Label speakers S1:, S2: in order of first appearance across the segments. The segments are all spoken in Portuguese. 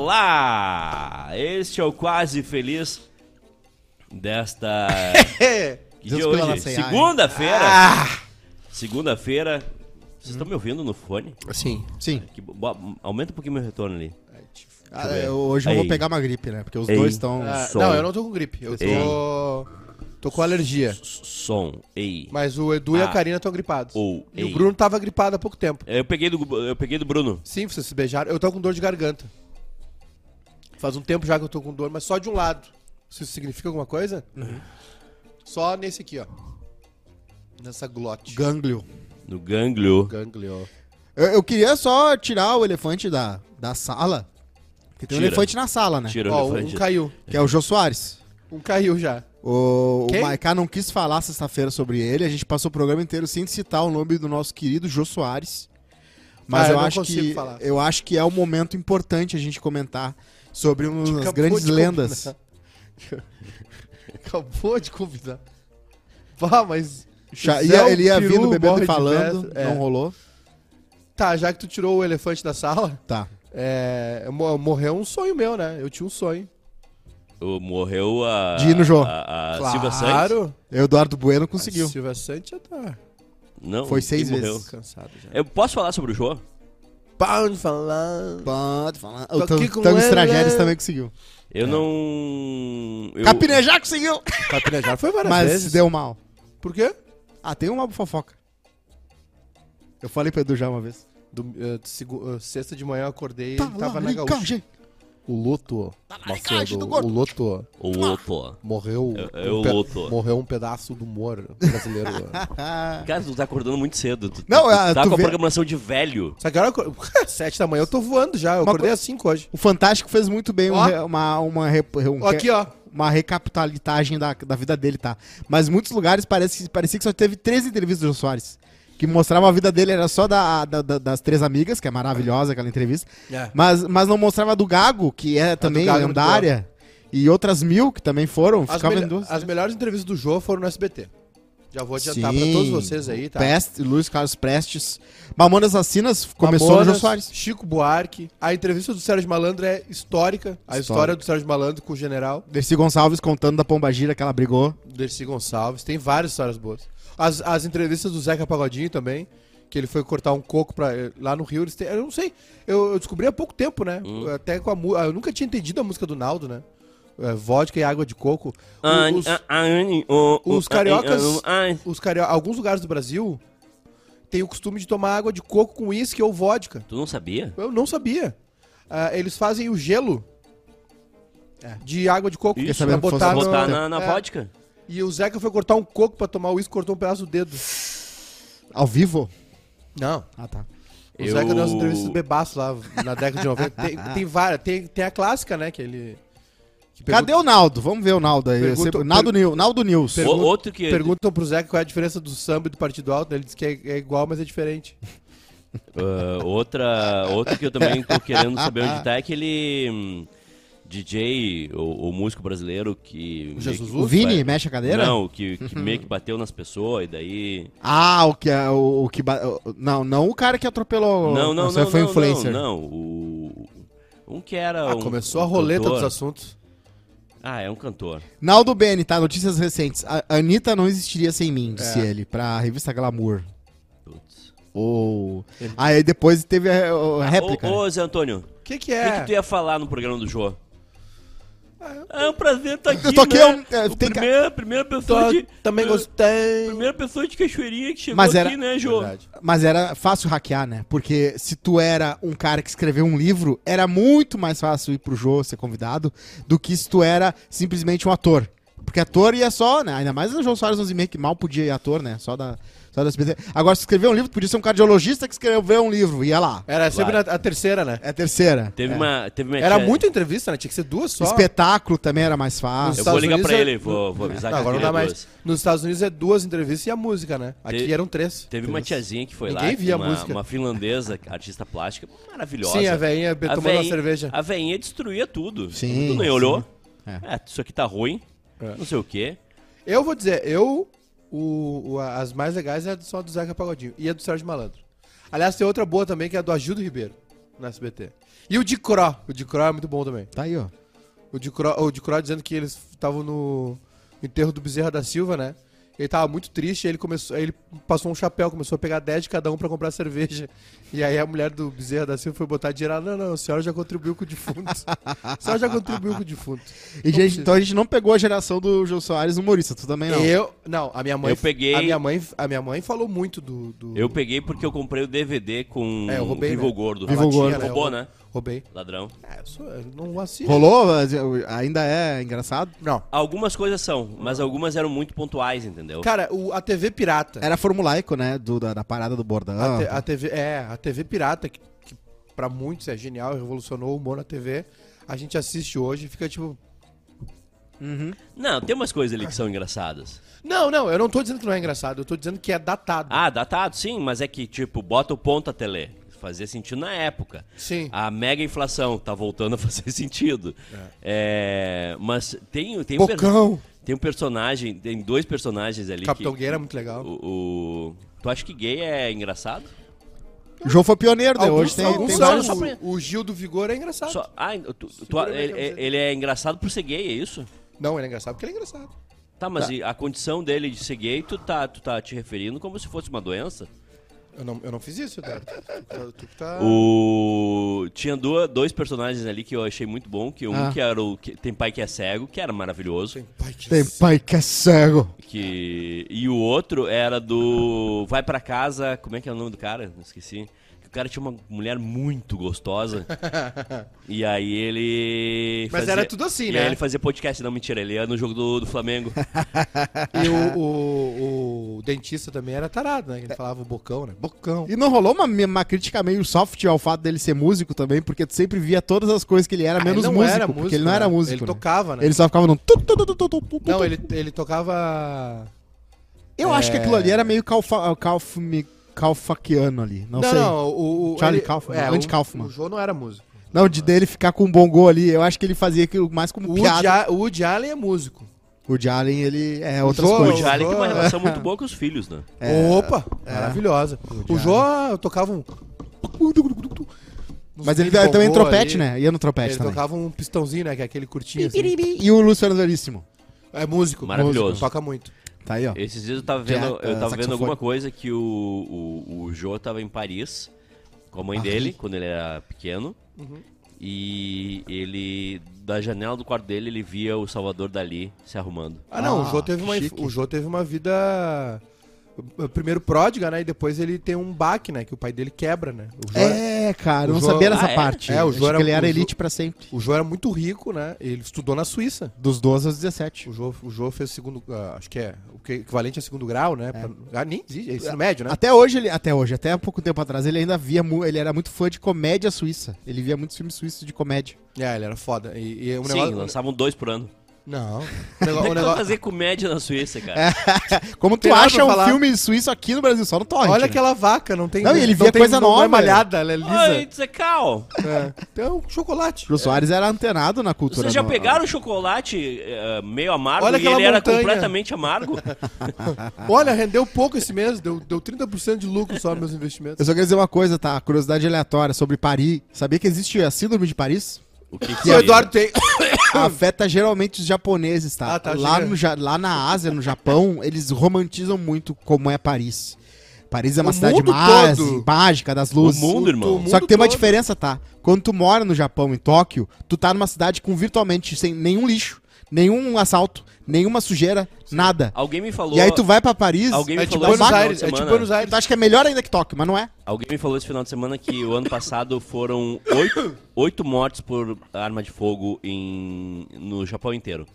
S1: Olá! Este é o Quase Feliz desta.
S2: É.
S1: Que
S3: Deus
S1: dia
S3: pela
S1: hoje?
S3: nossa AI.
S1: Segunda-feira!
S3: Ah!
S1: Segunda-feira.
S3: Hum.
S1: Vocês estão me ouvindo no fone?
S2: Sim.
S3: Sim.
S1: Que bo- bo- Aumenta um pouquinho meu retorno ali.
S3: Ah,
S1: ver.
S3: eu- hoje eu vou
S1: Aí.
S3: pegar uma gripe, né? Porque os
S1: Ei.
S3: dois estão.
S1: Ah.
S3: Ah,
S1: Som.
S2: Não, eu não tô com gripe. Eu tô. Tô com alergia.
S1: S- Som, ei.
S2: Mas o Edu e
S1: Ah.
S2: a Karina estão gripados.
S1: Ou,
S2: e
S1: ei.
S2: o Bruno tava gripado há pouco tempo.
S1: Eu peguei do, eu peguei do Bruno.
S2: Sim, vocês se beijaram. Eu tô com dor de garganta. Faz um tempo já que eu tô com dor, mas só de um lado. Se isso significa alguma coisa?
S3: Uhum.
S2: Só nesse aqui, ó. Nessa glote.
S3: Gânglio.
S1: No
S3: Né?
S1: gânglio.
S2: Ganglio.
S3: Eu, eu queria só tirar o elefante da, da sala. Porque tem um
S1: Tira.
S3: elefante na sala, né?
S1: Tirou
S2: Ó,
S1: o
S2: um
S1: elefante.
S2: caiu.
S3: Que é o Jô Soares.
S2: Um caiu já.
S3: O, o
S2: Quem?
S3: Maiká não quis falar sexta-feira sobre ele. A gente passou o programa inteiro sem citar o nome do nosso querido Jô Soares.
S2: Ah,
S3: Mas
S2: eu
S3: eu,
S2: não
S3: acho
S2: consigo
S3: que,
S2: falar.
S3: eu acho que é o momento importante a gente comentar sobre uma das
S2: Acabou
S3: grandes
S2: de
S3: lendas.
S2: combinar. Acabou de convidar. Vá, mas.
S3: Cha-
S2: Zé,
S3: ia-
S2: o
S3: ele ia vir
S2: peru
S3: no
S2: morre
S3: bebendo
S2: de
S3: e falando,
S2: verso, é.
S3: não rolou.
S2: Tá, já que tu tirou o elefante da sala,
S3: Tá.
S2: é, mo- morreu um sonho meu, né? Eu tinha um sonho.
S1: O- Morreu a.
S3: Dino Jô.
S1: A, a
S2: É
S1: Silva Santos.
S2: Claro.
S3: Eduardo Bueno conseguiu.
S2: A Silva Santos já tá
S1: Não,
S3: Foi seis
S1: quem
S3: vezes.
S1: morreu?
S2: cansado já.
S1: Eu posso falar sobre o Jô?
S2: Pão de falar.
S3: Pode falar.
S2: Tô
S3: O Tan-
S2: aqui com né?
S3: Tango
S2: ela.
S3: Estragérias também conseguiu.
S1: Eu não. Eu...
S3: Capinejar conseguiu,
S2: Capinejar tá foi várias
S3: mas
S2: vezes.
S3: deu mal.
S2: Por quê?
S3: Ah, tem uma fofoca. Eu falei pro Edu já uma vez.
S2: Dom- eh, segu- eh, sexta de manhã eu acordei e
S3: Tá
S2: ele tava
S3: lá, Tá
S2: na gaúcha.
S3: linkagem.
S2: O Loto.
S3: linkagem
S2: Macedo,
S3: do gordo.
S2: o Loto
S1: O Loto.
S2: morreu.
S1: É- é o
S2: pe-
S1: Loto.
S2: Morreu um pedaço do humor brasileiro.
S3: Ah,
S1: Cara, tu tá acordando muito cedo. Tu,
S3: Não,
S1: tu,
S3: ah,
S2: é,
S1: tu tá
S3: tu
S1: com
S3: vê-
S1: a programação de velho.
S2: Só que agora, eu acor- sete da manhã eu tô voando já. Eu
S3: Uma
S2: acordei
S3: co-
S2: às cinco hoje.
S3: o Fantástico fez muito bem um
S2: Ó.
S3: re- uma, uma, re- um
S2: Ó,
S3: re-
S2: Aqui, ó.
S3: uma recapitalitagem da, da vida dele, tá? Mas muitos lugares parece, que- parecia que só teve três entrevistas do Jô Soares. Que mostrava a vida dele, era só da, da- da- das três amigas, que é maravilhosa aquela entrevista.
S2: É.
S3: Mas, mas não mostrava a do Gago, que é também
S2: Gago é muito
S3: lendária. E outras mil que também foram.
S2: As,
S3: Ficava
S2: melho-
S3: em duas. né?
S2: as melhores entrevistas do jogo foram no SBT. Já vou adiantar pra todos vocês aí, tá?
S3: Prestes, Luiz Carlos Prestes. Mamonas Assassinas começou no Jô
S2: Mamonas,
S3: Soares.
S2: Chico Buarque. A entrevista do Sérgio Malandro é histórica. A
S3: Histórica.
S2: história do Sérgio Malandro com o general
S3: Dercy Gonçalves contando da Pombagira que ela brigou.
S2: Dercy Gonçalves. Tem várias histórias boas. As, as entrevistas do Zeca Pagodinho também. Que ele foi cortar um coco pra, lá no Rio. Eles têm- eu não sei. Eu, eu descobri há pouco tempo, né?
S1: Hum.
S2: Até com a mu- Eu nunca tinha entendido a música do Naldo, né? É, vodka e água de coco. O-
S1: Ah,
S2: os-
S1: ah, ah, ah,
S2: os
S1: ah,
S2: cariocas-
S1: ah, ah.
S2: os cario... alguns lugares do Brasil têm o costume de tomar água de coco com uísque ou vodka.
S1: Tu não sabia?
S2: Eu não sabia. Ah, eles fazem o gelo
S3: É.
S2: de água de coco
S1: Isso,
S2: pra
S3: sabendo que
S2: botar,
S3: fosse
S2: no...
S1: Botar na, na
S2: é.
S1: vodka?
S2: E o Zeca foi cortar um coco pra tomar uísque, cortou um pedaço do dedo.
S3: Ao vivo?
S2: Não.
S3: Ah, tá.
S2: O Zeca deu umas entrevistas bebaço lá na década de 90. Tem, tem várias. Tem, tem a clássica, né? Que ele. que pergun-
S3: Cadê o Naldo? Vamos ver o Naldo aí.
S2: Pergunta-
S3: Sempre- Naldo, Nil- Naldo News.
S1: O- outro que.
S2: Perguntam pro Zeca qual é a diferença do samba e do partido alto. Ele diz que é, é igual, mas é diferente.
S1: Ah, outra, outro que eu também tô querendo saber onde tá é aquele hum, DJ, ou, ou músico brasileiro que. meio
S2: Jesus
S1: que-
S3: O Vini
S1: vai-
S3: mexe a cadeira?
S1: Não, que, que
S2: Uhum.
S1: meio que bateu nas pessoas e daí.
S3: Ah, o que é o, o que ba- o- Não, não o cara que atropelou.
S1: Não, não,
S3: Você
S1: não.
S3: foi
S1: não,
S3: influencer.
S1: Não, não. O... Um que era.
S2: Ah,
S1: um-
S2: começou
S1: um
S2: a roleta
S1: cantor.
S2: dos assuntos.
S1: Ah, é um cantor.
S3: Naldo Bene, tá? Notícias recentes. A Anitta não existiria sem
S1: É.
S3: mim, disse ele, pra revista Glamour.
S1: Putz.
S3: Ou. Aí depois teve a, a
S2: Ah,
S3: réplica.
S2: né?
S3: né?
S1: Ô, ô, Zé Antônio,
S2: O que, que
S1: o
S2: é? Ah,
S1: que, que tu ia falar no programa do Jô? É um prazer estar aqui.
S3: Eu tô aqui,
S1: né?
S3: é um- é,
S1: O
S3: tem ca-
S1: primeira, primeira pessoa
S2: Tô-
S1: de.
S2: também
S1: eh,
S2: gostei.
S1: Primeira pessoa de cachoeirinha que chegou
S3: Mas
S1: aqui,
S3: era-
S1: né, Jô?
S2: Verdade.
S3: Mas era fácil hackear, né? Porque se tu era um cara que escreveu um livro, era muito mais fácil ir pro jogo ser convidado do que se tu era simplesmente um ator. Porque ator ia só, né? Ainda mais no João Soares 11 que mal podia ir ator, né? Só da, só da SBT. Agora, se escrever um livro, tu podia ser um cardiologista que escreveu um livro. Ia lá.
S2: Era sempre na- a terceira, né?
S3: É a terceira.
S1: Teve,
S3: É.
S1: Uma, teve uma
S2: Era
S1: tia-
S2: muita entrevista, né? Tinha que ser duas só.
S3: Espetáculo também era mais fácil.
S1: Eu vou
S2: Estados
S1: ligar pra
S2: Unidos é-
S1: ele, é vou, vou avisar
S2: Não,
S1: que
S2: agora
S1: eu
S2: não dá
S1: queria
S2: mais.
S1: duas.
S2: Nos Estados Unidos é duas entrevistas e a música, né? Aqui
S1: Teve-
S2: eram três.
S1: Teve uma tiazinha que foi lá,
S2: Ninguém via a
S1: uma,
S2: música.
S1: uma finlandesa, artista plástica, maravilhosa.
S2: Sim, a veinha
S1: A
S2: tomando uma
S1: veinha-
S2: cerveja.
S1: A veinha destruía tudo.
S3: Sim,
S1: Tudo nem olhou.
S3: sim.
S1: É, isso aqui tá ruim,
S2: É.
S1: não sei o quê.
S2: Eu vou dizer, eu. O, o- as mais legais é só a do Zeca Pagodinho e a do Sérgio Malandro. Aliás, tem outra boa também, que é a do Agildo Ribeiro. na SBT. E o de Cró. O de Cró é muito bom também.
S3: Tá aí, ó.
S2: O de Cró, o de Cró dizendo que eles estavam no enterro do Bezerra da Silva, né? Ele tava muito triste, aí ele começou, aí ele passou um chapéu, começou a pegar 10 de cada um pra comprar cerveja. E aí a mulher do Bezerra da Silva foi botar dinheiro, ela, não, não, a senhora já contribuiu com o defunto. A senhora já contribuiu com o defunto.
S3: E, gente,
S2: precisa.
S3: então a gente não pegou a geração do Jô Soares humorista, tu também não.
S2: Eu, não, a minha mãe,
S1: Eu peguei-
S2: a minha mãe, a minha mãe falou muito do, do
S1: Eu peguei porque eu comprei o DVD com
S2: É, eu roubei,
S1: o Vivo
S2: né?
S1: Gordo.
S2: Vivo
S1: Latinha,
S2: Gordo. É,
S1: Roubou, né?
S2: roubei.
S1: Ladrão.
S2: É, eu, sou, eu não assisto.
S3: Rolou? Mas, eu- Ainda é engraçado?
S2: Não.
S1: Algumas coisas são, mas algumas eram muito pontuais, entendeu?
S2: Cara, o- a TV pirata.
S3: Era formulaico, né? Do, da, da parada do bordão.
S2: A, te- a TV, é, a TV pirata, que, que pra muitos é genial, revolucionou o humor na TV. A gente assiste hoje e fica tipo.
S1: Não, tem umas coisas ali que são engraçadas.
S2: Não, não, eu não tô dizendo que não é engraçado, eu tô dizendo que é datado.
S1: Ah, datado, sim, mas é que, tipo, bota o ponto a tele. Fazia sentido na época.
S2: Sim.
S1: A mega inflação tá voltando a fazer sentido. É, mas tem, tem, um per-
S2: Bocão!
S1: tem um personagem, tem dois personagens ali
S2: Capitão
S1: que...
S2: Gay era muito legal.
S1: O, o- Tu acha que gay é engraçado?
S3: O João foi pioneiro, né?
S2: Alguns
S3: Hoje tem,
S2: são,
S3: tem
S2: alguns
S1: vários-
S2: são.
S1: só pra-
S2: O, o Gil do Vigor é engraçado.
S1: Só- ah, tu- tu-
S2: Segura minha
S1: ele,
S2: camiseta.
S1: ele é engraçado por ser gay, é isso?
S2: Não, ele é engraçado porque ele é engraçado.
S1: Tá, mas e a condição dele de ser gay, tu tá, tu tá te referindo como se fosse uma doença?
S2: Eu não, eu não fiz isso, Eduardo. Tu, tá- tu que tá.
S1: O... Tinha duas, dois personagens ali que eu achei muito bom, que um
S3: Ah.
S1: que era o que, Tem Pai que é Cego, que era maravilhoso,
S2: Pai, que
S3: Tem pai que é cego.
S1: que... e o outro era do Vai Pra Casa, como é que é o nome do cara? Esqueci. O cara tinha uma mulher muito gostosa, e aí ele...
S2: Mas era tudo assim,
S1: e
S2: né?
S1: aí ele fazia podcast, não, mentira, ele era no jogo do, do Flamengo.
S2: E o, o- o dentista também era tarado, né? Ele falava o bocão, né? Bocão.
S3: E não rolou uma, uma crítica meio soft ao fato dele ser músico também, porque tu sempre via todas as coisas que ele era,
S2: Ah,
S3: menos
S2: ele não
S3: músico,
S2: era
S3: porque
S2: músico,
S3: ele não era
S2: né?
S3: músico.
S2: Ele
S3: né?
S2: tocava, né?
S3: Ele só ficava no. tu, tu, tu, tu, tu, tu, tu, tu.
S2: Não, ele, ele tocava.
S3: Eu acho que
S2: É.
S3: aquilo ali era meio calfa, calfme, calfaquiano ali. Não,
S2: Não,
S3: sei. Não,
S2: não, o. o
S3: Charlie
S2: ele- é,
S3: Kaufman,
S2: o-
S3: Andy Kaufman.
S2: O Jô não era músico.
S3: de dele ficar com um bongô ali, eu acho que ele fazia aquilo mais como
S2: O Woody,
S3: piada.
S2: A- o Woody Allen é músico.
S3: O Woody Allen, ele é outras
S2: Jô-
S1: O
S3: coisas.
S1: Jalen tem uma
S2: Jô-
S1: relação muito boa com os filhos, né?
S3: É,
S2: Opa! Maravilhosa. O Jô tocava um.
S3: Mas ele, também também tropete, né? Ia no tropete
S2: Ele
S3: também.
S2: tocava um pistãozinho, né? Que é aquele curtinho. Assim.
S3: E o Lúcio Fernando Veríssimo.
S2: É músico.
S1: Maravilhoso.
S2: músico, Toca muito.
S3: Tá aí, ó.
S1: Esses dias eu tava
S3: Jack,
S1: vendo,
S2: ah,
S1: eu tava
S3: saxofone.
S1: vendo alguma coisa que o, o, o Jô tava em Paris com a
S2: Ah,
S1: mãe dele, quando ele era pequeno.
S2: Uhum.
S1: E ele, da janela do quarto dele, ele via o Salvador Dali se arrumando.
S2: Ah, não.
S3: Ah,
S2: o, Jô teve
S3: que
S2: uma,
S3: chique.
S2: o Jô teve uma vida. eh, Primeiro pródiga, né? E depois ele tem um baque, né? Que o pai dele quebra, né? O Jô
S3: É, cara, eu
S2: o
S3: não
S2: João-
S3: sabia dessa
S1: Ah, é?
S3: parte.
S2: É, o
S3: Achei
S2: João era
S3: que ele era
S2: um-
S3: elite pra sempre.
S2: O João era muito rico, né? Ele estudou na Suíça.
S3: Dos 12 aos 17.
S2: O João, o João fez segundo, ah, acho que é o que- equivalente a segundo grau, né? Pra- ah, nem existe, é ensino médio, né?
S3: Até hoje, ele, até hoje, até há pouco tempo atrás, ele ainda via, mu- ele era muito fã de comédia suíça. Ele via muitos filmes suíços de comédia.
S2: É, ele era foda. E, e o
S1: Sim,
S2: negócio-
S1: lançavam dois por ano.
S2: Não. O
S1: Como é que
S2: negócio, o
S1: tu vai
S2: negócio- É,
S1: fazer comédia na Suíça, cara?
S3: Como tu
S2: Tem nada
S3: acha
S2: pra
S3: um
S2: falar.
S3: filme suíço aqui no Brasil, só no torrent.
S2: olha
S3: né?
S2: aquela vaca, não tem
S3: Não, e ele
S2: não
S3: via
S2: tem-
S3: coisa
S2: não
S3: nova, né?
S2: é malhada, ela é
S1: Oi,
S2: lisa.
S1: Zecal!
S2: É. Tem um chocolate.
S3: Jô Soares era antenado na cultura.
S1: Vocês já
S3: no-
S1: pegaram o chocolate eh, meio amargo
S2: Olha
S1: e
S2: aquela
S1: ele era
S2: montanha.
S1: completamente amargo?
S3: Ah,
S2: Olha,
S3: tá.
S2: rendeu pouco esse mês, deu, deu 30% de lucro só meus investimentos.
S3: Eu só quero dizer uma coisa, tá? Curiosidade aleatória sobre Paris. Sabia que existe a síndrome de Paris?
S1: O que que
S2: E
S1: seria?
S2: o Eduardo tem.
S3: Afeta geralmente os japoneses, tá?
S2: Ah, tá,
S3: lá,
S2: achei-
S3: no, Ja- lá na Ásia, no Japão, eles romantizam muito como é Paris. Paris é uma
S2: O
S3: cidade
S2: mundo
S3: má-
S2: todo.
S3: mágica, das
S1: O
S3: luzes.
S1: mundo, irmão.
S2: mundo
S3: Só que tem uma
S2: todo.
S3: diferença, tá? Quando tu mora no Japão, em Tóquio, tu tá numa cidade com virtualmente sem nenhum lixo, nenhum assalto, nenhuma sujeira, nada.
S1: Alguém me falou...
S3: E aí tu vai pra Paris,
S1: Alguém me
S2: É tipo
S1: falou
S2: Buenos
S1: esse final de
S2: Aires, é tipo
S1: semana.
S2: Buenos Aires.
S3: tu acha que é melhor ainda que Tóquio, mas não é.
S1: Alguém me falou esse final de semana que o ano passado foram oito, oito mortes por arma de fogo em, no Japão inteiro.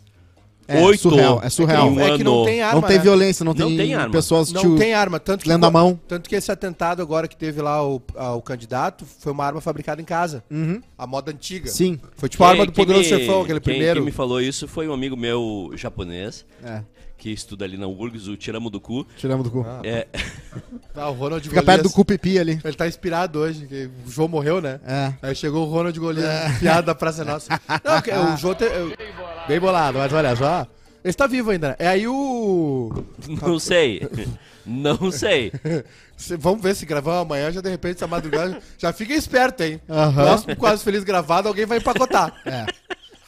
S3: É
S1: Oito.
S3: surreal, é surreal.
S1: Em um
S2: É que não
S1: ano.
S2: tem arma.
S3: não tem
S2: né?
S3: violência, não,
S1: Não
S3: tem,
S1: tem arma.
S3: pessoas
S2: Não
S3: tio-
S2: tem arma, tanto que,
S3: lendo a mão.
S2: tanto que esse atentado agora que teve lá o, ah, o candidato foi uma arma fabricada em casa. A moda antiga.
S3: Uhum. Sim.
S2: Foi tipo a arma do Poderoso Chefão, aquele
S1: quem-
S2: primeiro.
S1: Quem me falou isso foi um amigo meu japonês,
S3: É,
S1: que estuda ali na URGS, o Tiramo do Cu.
S3: tiramos do cu.
S1: É,
S2: Ah, o Ronald
S3: Fica
S2: Golias.
S3: perto do cu pipi ali.
S2: Ele tá inspirado hoje, que o João morreu, né?
S3: É.
S2: Aí chegou o é Ronald Golias, piada da Praça Nossa. Não, que- o João te... eu- Bem bolado, mas olha só. Esse tá vivo ainda, né? É aí o.
S1: Não sei. Não sei.
S2: Cê- Vamos ver se gravar amanhã, já de repente, essa madrugada. já fica esperto, hein?
S3: Aham. É.
S2: Próximo quase feliz gravado, alguém vai empacotar.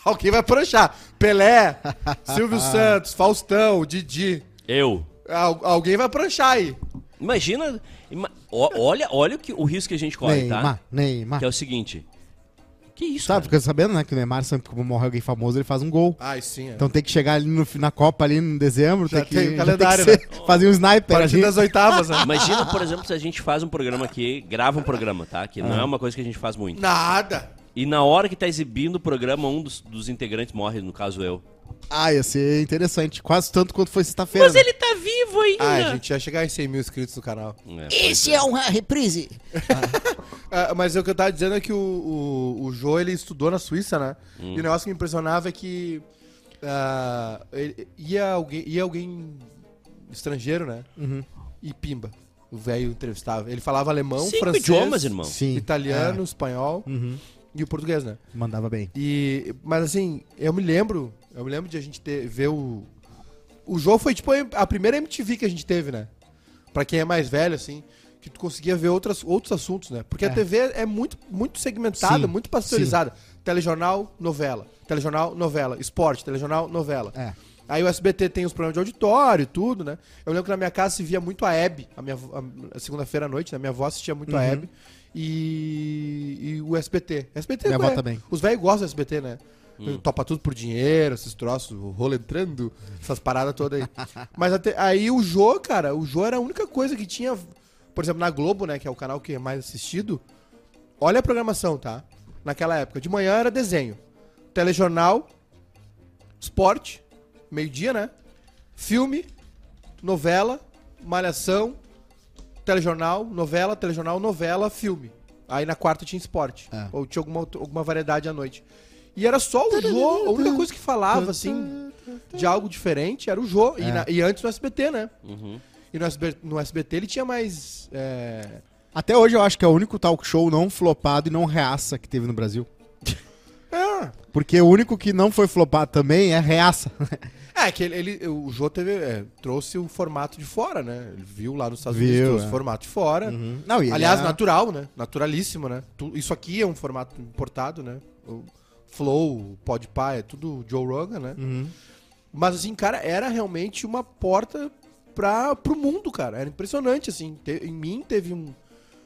S2: Alguém vai pranchar. Pelé,
S3: Ah.
S2: Silvio Santos, Faustão, Didi.
S1: Eu.
S2: Al- alguém vai pranchar aí.
S1: Imagina. ima- o- olha, olha o, que, o risco que a gente corre,
S3: Neymar,
S1: tá?
S3: Neymar.
S1: Que é o seguinte. Que isso,
S3: Sabe,
S1: cara?
S3: fica sabendo, né? Que o Neymar, sempre que morre alguém famoso, ele faz um gol.
S2: Ai, sim. É.
S3: Então tem que chegar ali no, fi- na Copa, ali em dezembro,
S2: Já
S3: tem que,
S2: tem o
S3: já
S2: calendário,
S3: tem que ser- fazer um
S2: a
S3: sniper
S2: partir
S3: ali.
S2: das oitavas, né?
S1: Imagina, por exemplo, se a gente faz um programa aqui, grava um programa, tá? Que não é uma coisa que a gente faz muito.
S2: Nada.
S1: E na hora que tá exibindo o programa, um dos, dos integrantes morre, no caso eu.
S3: Ah, ia ser interessante. Quase tanto quanto foi sexta-feira.
S1: Mas
S3: né?
S1: ele tá vivo ainda!
S2: Ah, a gente ia chegar em 100 mil inscritos no canal.
S1: É,
S4: Esse é uma reprise.
S2: É, mas o que eu tava dizendo é que o, o, o Jô, ele estudou na Suíça, né?
S1: Hum.
S2: E o negócio que me impressionava é que ah, ele- ia, alguém, ia alguém estrangeiro, né? E pimba. O velho entrevistava. Ele falava alemão,
S1: Cinco
S2: francês,
S1: idiomas, irmão.
S3: Sim.
S2: italiano, espanhol e o português, né?
S3: é, mandava bem.
S2: E, mas assim, eu me lembro, eu me lembro de a gente ter, ver o. O jogo foi tipo a primeira MTV que a gente teve, né? Pra quem é mais velho, assim, que tu conseguia ver outras, outros assuntos, né? Porque a
S3: É.
S2: TV é muito, muito segmentada,
S3: Sim,
S2: muito pasteurizada. Telejornal, novela. Telejornal, novela. Esporte, telejornal, novela.
S3: É.
S2: Aí o SBT tem os programas de auditório e tudo, né? Eu lembro que na minha casa se via muito a Hebe, a minha avó- a- a segunda-feira à noite, né? Minha avó assistia muito a
S3: Uhum.
S2: Hebe e, e o SBT. SBT
S3: Minha avó
S2: é-
S3: também.
S2: Os velhos gostam do SBT, né? Topa tudo por dinheiro, esses troços, o rolo entrando, essas paradas todas aí. Mas até- aí o Jô, cara, o Jô era a única coisa que tinha. Por exemplo, na Globo, né? Que é o canal que é mais assistido. Olha a programação, tá? Naquela época. De manhã era desenho. Telejornal, esporte, meio-dia, né? Filme, novela, malhação, telejornal, novela, telejornal, novela, filme. Aí na quarta tinha esporte.
S3: É.
S2: Ou tinha alguma, outra- alguma variedade à noite. E era só o Jô, a única coisa que falava, assim, de algo diferente era o Jô.
S3: É.
S2: E, na- e antes no SBT, né?
S1: Uhum.
S2: E no SBT, no SBT ele tinha mais. é,
S3: Até hoje eu acho que é o único talk show não flopado e não reaça que teve no Brasil.
S2: É.
S3: Porque o único que não foi flopado também é reaça.
S2: É, que ele, ele- o Jô teve, é, trouxe o formato de fora, né? Ele viu lá nos Estados
S3: Viu,
S2: Unidos, trouxe
S3: é.
S2: o formato de fora.
S3: Não, e ele
S2: Aliás,
S3: é-
S2: natural, né? Naturalíssimo, né? Tu- Isso aqui é um formato importado, né? O Flow, o Podpah, é tudo Joe Rogan, né?
S3: Uhum.
S2: Mas, assim, cara, era realmente uma porta pra, pro mundo, cara. Era impressionante, assim. Te- em mim teve um...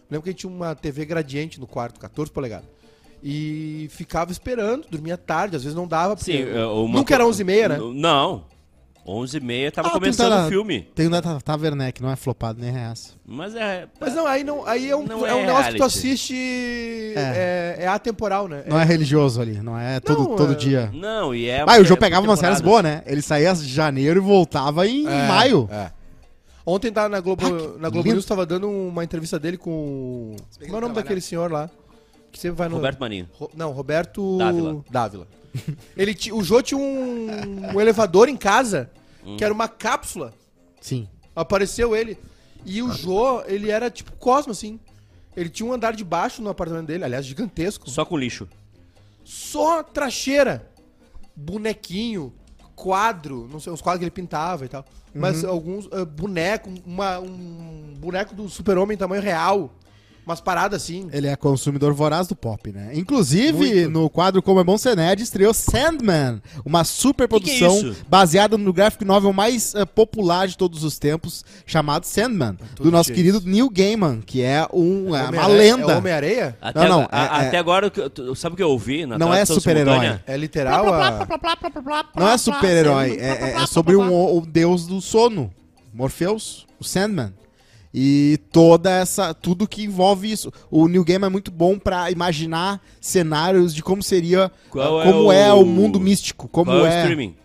S2: Lembro que tinha uma TV gradiente no quarto, 14 polegadas. E ficava esperando, dormia tarde, às vezes não dava. porque
S1: Sim, é, uma
S2: Nunca era 11h30, né?
S1: N- Não. 11h30 tava
S3: Ah, tu
S1: começando
S3: tá-
S1: o filme.
S3: Tem o da Ta- Taverné, que não é flopado nem reaça.
S1: Mas é.
S2: Mas não, aí não, aí é um,
S1: Não
S2: é
S1: é
S2: um negócio que tu
S1: reality.
S2: assiste é, é atemporal, né?
S3: Não é religioso ali, não é todo,
S2: Não,
S3: todo
S2: é-
S3: dia.
S1: Não, e é.
S3: Ah, e o
S1: é
S3: João pegava umas
S1: temporada.
S3: séries boas, né? Ele saía em janeiro e voltava em maio.
S2: É. Ontem tá na Globo,
S3: Ah, que
S2: na Globo
S3: lindo.
S2: News tava dando uma entrevista dele com Como é o nome daquele senhor lá? Que sempre vai
S3: né?
S2: no
S1: Roberto Marinho.
S2: Ro- Não, Roberto
S1: Dávila.
S2: Dávila. Ele ti- o Jô tinha um, um elevador em casa
S1: Hum.
S2: que era uma cápsula.
S3: Sim.
S2: Apareceu ele. E o Jô, ele era tipo Cosmo assim. Ele tinha um andar de baixo no apartamento dele, aliás, gigantesco.
S1: Só com lixo.
S2: só tracheira. Bonequinho, quadro, não sei, os quadros que ele pintava e tal. Mas
S3: Uhum.
S2: alguns. eh, boneco, uma- um boneco do super-homem em tamanho real. Umas paradas assim.
S3: Ele é consumidor voraz do pop, né? Inclusive, no quadro Como é Bom Ser Nerd, estreou Sandman, uma super produção
S1: Que que é isso?
S3: baseada no graphic novel mais eh, popular de todos os tempos, chamado Sandman, do
S2: todo
S3: nosso
S2: jeito.
S3: querido Neil Gaiman, que é, um, é uma
S2: Homem-Aranha-
S3: lenda.
S2: É Homem-Areia?
S1: Até,
S3: não,
S1: a-
S3: é- é-
S1: até agora, o que eu- tu- sabe o que eu ouvi na
S3: Não é
S1: tradução
S3: super-herói.
S1: simultânea?
S2: É literal a.
S3: Não é super-herói, é, é- é sobre um, o deus do sono, Morpheus, o Sandman. E toda essa. Tudo que envolve isso. O New Game é muito bom pra imaginar cenários de como seria. ah,
S1: Qual é
S3: como
S1: o-
S3: é o... mundo místico. Como
S1: Qual é o
S3: é.
S1: streaming?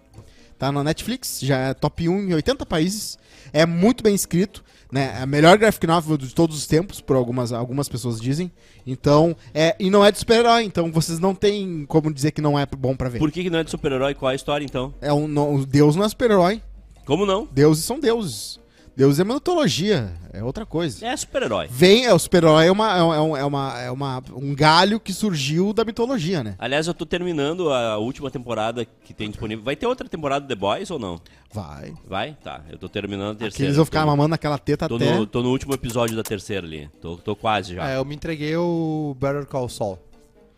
S3: tá na Netflix, já é top 1 em 80 países. É muito bem escrito, né? É a melhor graphic novel de todos os tempos, por algumas, algumas pessoas dizem. Então, é, e não é de super-herói, então vocês não tem como dizer que não é bom pra ver.
S1: Por que, que não é de super-herói? Qual é a história então?
S3: É um, não, o Deus não é super-herói.
S1: Como não?
S3: Deuses são deuses. Deus é mitologia, é outra coisa.
S1: É super-herói.
S3: Vem, é, o super-herói é, uma, é, um- é um- é uma, é uma, um galho que surgiu da mitologia, né?
S1: Aliás, eu tô terminando a última temporada que tem disponível. Vai ter outra temporada do The Boys ou não?
S3: Vai. é
S1: Vai? Tá. Eu tô terminando a
S3: Que
S1: terceira.
S3: eles vão ficar
S1: tô,
S3: mamando aquela teta
S1: tô
S3: até.
S1: no, tô no último episódio da terceira ali. Tô, tô quase já.
S2: É, eu me entreguei o Better Call Saul.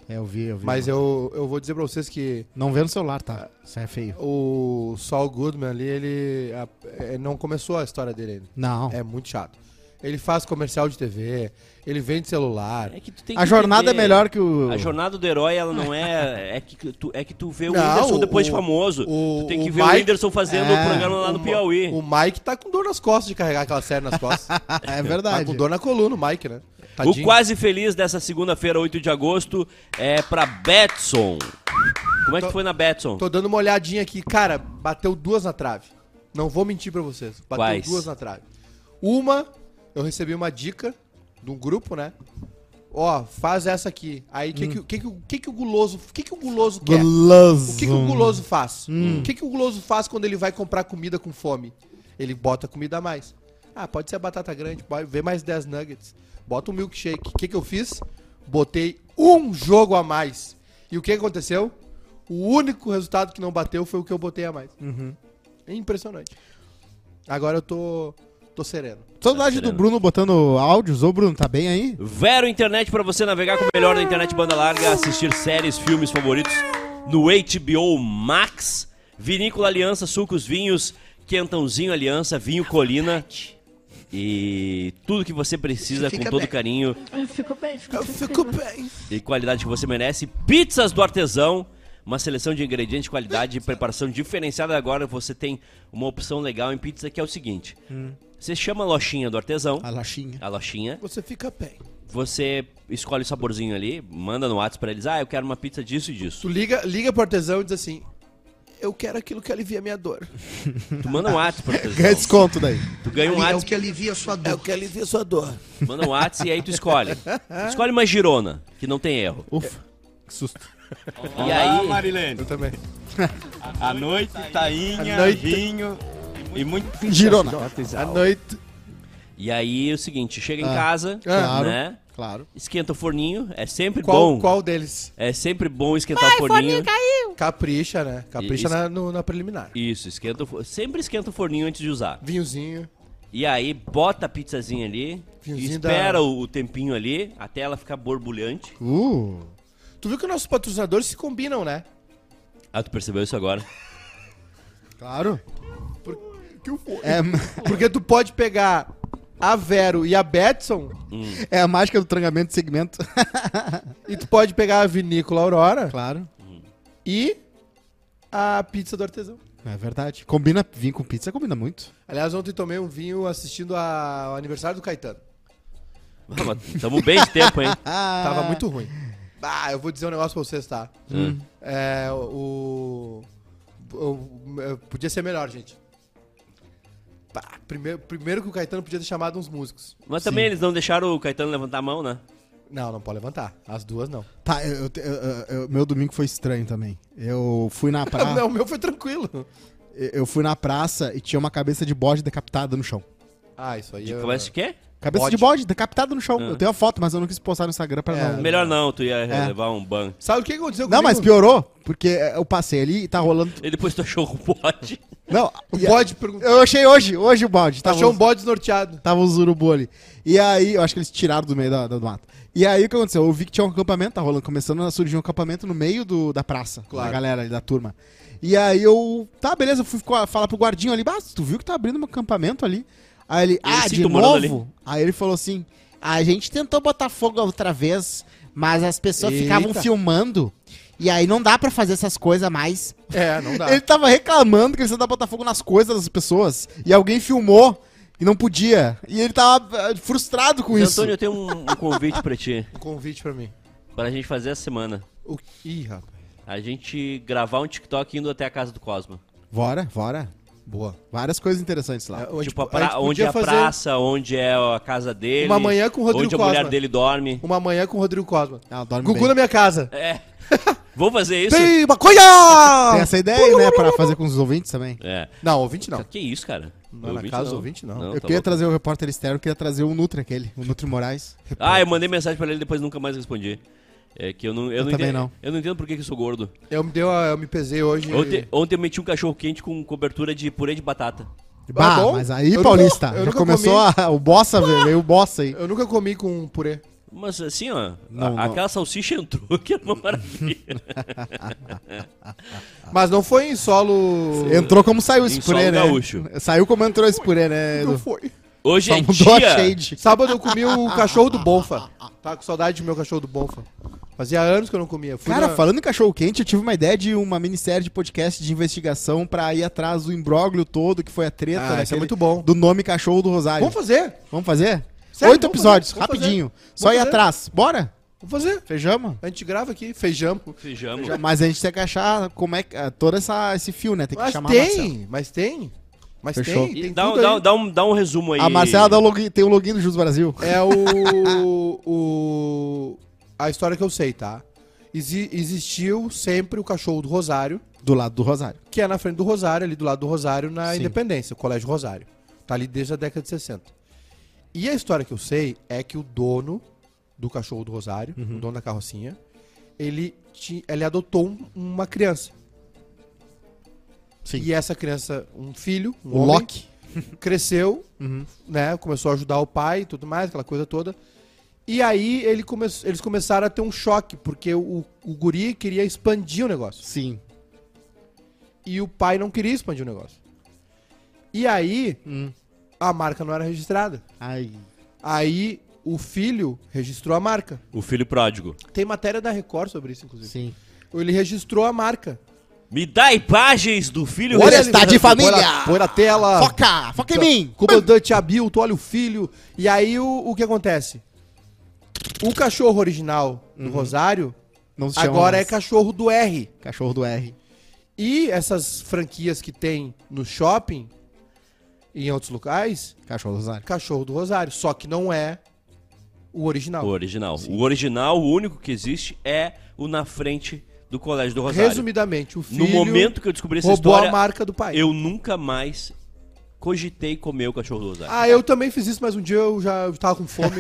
S3: É, eu vi, eu vi.
S2: Mas eu, eu vou dizer pra vocês que
S3: Não vê no celular, tá? Isso aí é feio.
S2: o Saul Goodman ali, ele a- é, não começou a história dele ainda.
S3: Não.
S2: É muito chato. Ele faz comercial de TV, ele vende celular.
S1: É que tu tem
S3: a
S1: que
S3: jornada
S1: entender.
S3: é melhor que o.
S1: A jornada do herói, ela não é. É que tu, é que tu vê o
S2: Não,
S1: Whindersson depois
S2: o-
S1: de famoso.
S2: o-
S1: tu tem
S2: o
S1: que ver o
S2: Mike-
S1: Whindersson fazendo
S3: É,
S1: o programa lá no
S2: Ma-
S1: Piauí.
S2: O Mike tá com dor nas costas de carregar aquela série nas costas. tá
S3: É verdade.
S2: com dor na coluna, o Mike, né?
S1: O quase feliz dessa segunda-feira, 8 de agosto, é pra Betson. Como é que foi na Betson?
S2: Tô dando uma olhadinha aqui. Cara, bateu duas na trave. Não vou mentir pra vocês. Bateu
S1: Quais?
S2: duas na trave. Uma, eu recebi uma dica de um grupo, né? Ó, faz essa aqui. Aí, o que, que, o- que, que, o- que, que o guloso, que que o guloso
S3: é.
S2: quer?
S3: Guloso.
S2: O que, que o guloso faz? O que, que o guloso faz quando ele vai comprar comida com fome? Ele bota comida a mais. Ah, pode ser a batata grande, pode- vê mais 10 nuggets. Bota um milkshake. O que, que eu fiz? Botei um jogo a mais. E o que aconteceu? O único resultado que não bateu foi o que eu botei a mais. É impressionante. Agora eu tô. tô sereno.
S3: Saudade do
S1: Sereno.
S3: Bruno botando áudios. Ô, Bruno, tá bem aí?
S1: Vero Internet pra você navegar com o melhor da internet banda larga, assistir séries, filmes favoritos no HBO Max, Vinícola Aliança, Sucos, Vinhos, Quentãozinho Aliança, Vinho Colina e tudo que você precisa com
S2: Fica
S1: todo
S2: bem.
S1: carinho
S4: Eu fico bem, fico tranquila.
S2: bem.
S1: e qualidade que você merece. Pizzas do Artesão, uma seleção de ingredientes, de qualidade e preparação diferenciada. Agora você tem uma opção legal em pizza que é o seguinte: você chama a lojinha do artesão,
S3: A laxinha.
S1: a lojinha,
S2: Você fica bem.
S1: você escolhe o saborzinho ali, manda no WhatsApp pra eles: ah, eu quero uma pizza disso e disso.
S2: Tu liga, liga pro artesão e diz assim: Eu quero aquilo que alivia a minha dor.
S1: Tu manda um WhatsApp pro
S3: Ganha
S1: artesão.
S3: desconto daí.
S1: Tu ganha um WhatsApp,
S5: alivia sua dor.
S2: É o que alivia a sua dor.
S1: manda um WhatsApp e aí tu escolhe. Tu escolhe uma girona, que não tem erro.
S3: Ufa. Que susto.
S1: E
S6: Ah,
S1: aí.
S6: Marilene,
S2: Eu também.
S6: à noite, tá tainha,
S2: À noite.
S6: vinho e muito...
S3: Girona.
S2: À noite.
S1: E aí é o seguinte, chega
S2: Ah.
S1: em casa,
S3: claro.
S1: né?
S3: Claro.
S1: Esquenta o forninho, é sempre
S2: Qual,
S1: bom.
S2: qual deles?
S1: É sempre bom esquentar o forninho.
S2: Capricha, né? Capricha
S1: Isso.
S2: na, no- na preliminar.
S1: Isso, esquenta o for... sempre esquenta o forninho antes de usar.
S2: Vinhozinho.
S1: E aí bota a pizzazinha ali,
S2: Fiozinho
S1: espera
S2: da-
S1: o, o tempinho ali até ela ficar borbulhante.
S3: Uh.
S2: Tu viu que nossos patrocinadores se combinam, né?
S1: Ah, tu percebeu isso agora?
S3: Claro.
S2: Que
S3: É,
S2: Porque tu pode pegar a Vero e a Betson
S3: é a mágica do trangamento de segmento.
S2: e tu pode pegar a Vinícola Aurora
S3: claro.
S2: e a pizza do artesão.
S3: É verdade. Combina vinho com pizza, combina muito.
S2: Aliás, ontem tomei um vinho assistindo a- ao aniversário do Caetano.
S1: Ah, mas Tamo bem de tempo, hein?
S2: Tava muito ruim. Ah, eu vou dizer um negócio pra vocês, tá?
S1: Hum.
S2: É, o, o- é, Podia ser melhor, gente. Pá, primeiro, primeiro que o Caetano podia ter chamado uns músicos.
S1: Mas também eles não deixaram o Caetano levantar a mão, né?
S2: Não, não pode levantar. As duas não.
S3: Tá, eu- eu te- eu- eu- eu- meu domingo foi estranho também. Eu fui na praça,
S2: Não, o meu foi tranquilo.
S3: eu eu fui na praça e tinha uma cabeça de bode decapitada no chão.
S2: Ah, isso aí.
S1: De
S2: eu-
S1: começa o quê?
S3: Cabeça
S2: Bode.
S3: de bode decapitada no chão.
S1: Ah.
S3: Eu tenho a foto, mas eu não quis postar no Instagram pra
S2: É,
S3: não.
S1: Melhor não, tu ia levar um ban.
S2: Sabe o que aconteceu
S3: Não,
S2: comigo?
S3: mas piorou, porque eu passei ali e tá rolando.
S1: E depois tu achou o bode.
S3: Não,
S2: O bode perguntou.
S3: eu achei hoje, hoje o bode. tá Tava,
S2: Achou um bode desnorteado.
S3: tava os urubu ali. E aí, eu acho que eles tiraram do meio da, da- do mato. E aí o que aconteceu? Eu vi que tinha um acampamento, tá rolando, começando a surgir um acampamento no meio do, da praça,
S2: Claro.
S3: da galera ali, da turma. E aí eu. Tá, beleza, eu fui co- falar pro guardinho ali, bah, tu viu que tá abrindo um acampamento ali? Aí ele, ah,
S1: sim,
S3: de
S1: tu morando
S3: novo? Aí ele falou assim: a gente tentou botar fogo outra vez, mas as pessoas ficavam
S2: Eita.
S3: filmando. E aí não dá pra fazer essas coisas mais.
S2: É, não dá.
S3: Ele tava reclamando que ele tentava botar fogo nas coisas das pessoas. E alguém filmou e não podia. E ele tava eh, frustrado com
S1: Zé
S3: isso.
S1: Antônio, eu tenho um, um convite pra ti.
S2: Um convite pra mim.
S1: Pra gente fazer essa semana.
S2: O... Ih, rapaz.
S1: A gente gravar um TikTok indo até a casa do Cosmo.
S3: Bora, bora.
S2: Boa.
S3: Várias coisas interessantes
S2: É,
S3: lá.
S2: a gente-
S1: Tipo, a
S2: a
S1: pra-
S2: gente
S1: onde
S2: podia
S1: é a
S2: fazer
S1: praça, onde é a casa dele.
S2: Uma manhã com o Rodrigo
S1: Onde a mulher
S2: Cosma.
S1: dele dorme.
S2: Uma manhã com o Rodrigo Cosma.
S3: Ela Ah, dorme
S2: Gugu
S3: bem.
S2: na minha casa.
S1: É. Vou fazer isso.
S2: Tem maconha!
S3: Tem essa ideia, né? Pra fazer com os ouvintes também.
S1: É.
S2: Não, ouvinte não.
S1: Que isso, cara?
S2: Não, é na casa do ouvinte, não.
S3: eu
S1: tá
S3: queria
S1: louco.
S3: trazer o repórter externo, eu queria trazer o Nutri aquele, o Nutri Moraes.
S1: Ah, eu mandei mensagem pra ele e depois nunca mais respondi. É que eu não, eu não
S3: também
S1: entendo,
S3: não.
S1: Eu não entendo por que, que eu sou gordo.
S2: Eu me, deu a- eu me pesei hoje.
S1: Ontem, ontem eu meti um cachorro quente com cobertura de purê de batata.
S3: Bah,
S2: bom?
S3: mas aí,
S2: Eu
S3: Paulista,
S2: nunca- eu
S3: já
S2: nunca
S3: começou a- o bossa, velho, veio o bossa aí.
S2: Eu nunca comi com purê.
S1: Mas assim, ó, a-
S3: Não, não.
S1: aquela salsicha entrou, que era uma maravilha.
S2: Mas não foi em solo.
S3: Entrou como saiu esse
S1: Em
S3: purê,
S1: solo
S3: né?
S1: gaúcho.
S3: Saiu como entrou esse purê, né?
S2: Não
S3: Edu?
S2: foi.
S1: Hoje
S3: Só
S1: é
S3: mudou a
S1: dia.
S3: shade.
S2: Sábado eu comi o cachorro do Bonfa. Tá com saudade do meu cachorro do Bonfa. Fazia anos que eu não comia. Fui
S3: Cara,
S2: na-
S3: falando em cachorro quente, eu tive uma ideia de uma minissérie de podcast de investigação pra ir atrás do imbróglio todo, que foi a treta
S2: Ah, isso é
S3: daquele-
S2: muito bom.
S3: do nome cachorro do Rosário.
S2: Vamos
S3: Vamos,
S2: fazer.
S3: fazer?
S2: Sério,
S3: Oito
S2: vamos
S3: episódios,
S2: fazer, vamos
S3: rapidinho.
S2: fazer.
S3: Só
S2: Vamos
S3: ir
S2: fazer.
S3: atrás. Bora?
S2: Vamos fazer.
S3: Fechamos?
S2: A gente grava aqui, feijão.
S1: Feijamos.
S3: Mas a gente tem que achar como é que- ah, todo essa, esse fio, né? Tem que
S2: Mas
S3: chamar a Marcela.
S2: tem, mas tem. Mas
S3: Fechou.
S2: tem,
S1: E
S2: tem
S1: Dá um,
S2: tudo
S1: dá,
S2: aí.
S1: um- dá um, dá um resumo aí.
S3: A Marcela dá o login- tem o login do Jus Brasil.
S1: um-
S2: É o. o a história que eu sei, tá? Exi- existiu sempre o cachorro do Rosário,
S3: Do lado do Rosário.
S2: que é na frente do Rosário, ali do lado do Rosário, na
S3: Sim.
S2: Independência, o Colégio Rosário. Tá ali desde a década de 60. E a história que eu sei é que o dono do cachorro do Rosário,
S3: Uhum.
S2: o dono da carrocinha, ele, ti- ele adotou um- uma criança.
S3: Sim.
S2: E essa criança, um filho, um
S3: O
S2: homem,
S3: Loki. Uhum.
S2: cresceu, né? Começou a ajudar o pai e tudo mais, aquela coisa toda. E aí ele come- eles começaram a ter um choque, porque o, o guri queria expandir o negócio.
S3: Sim.
S2: E o pai não queria expandir o negócio. E aí
S3: Hum.
S2: a marca não era registrada.
S3: Ai.
S2: Aí o filho registrou a marca.
S1: O filho pródigo.
S2: Tem matéria da Record sobre isso, inclusive.
S3: Sim.
S2: Ele registrou a marca.
S1: Me dá imagens do filho.
S3: Olha,
S1: registrado.
S3: está de família!
S2: Põe na- Põe na tela.
S3: Foca! Foca
S2: Então,
S3: em mim!
S2: Comandante Abilto, olha o filho. E aí o, o que acontece? O cachorro original do Rosário
S3: Não Uhum. se chama
S2: agora é
S3: mais.
S2: cachorro do R.
S3: cachorro do R.
S2: E essas franquias que tem no shopping e em outros locais,
S3: Cachorro do Rosário.
S2: cachorro do Rosário. Só que não é o original.
S1: O original. O original, o único que existe, é o na frente do Colégio do Rosário.
S2: Resumidamente, o filho
S1: no momento que eu descobri essa
S2: roubou
S1: história,
S2: a marca do pai.
S1: eu nunca mais cogitei comer o cachorro do Rosário.
S2: Ah, eu também fiz isso, mas um dia eu já tava com fome.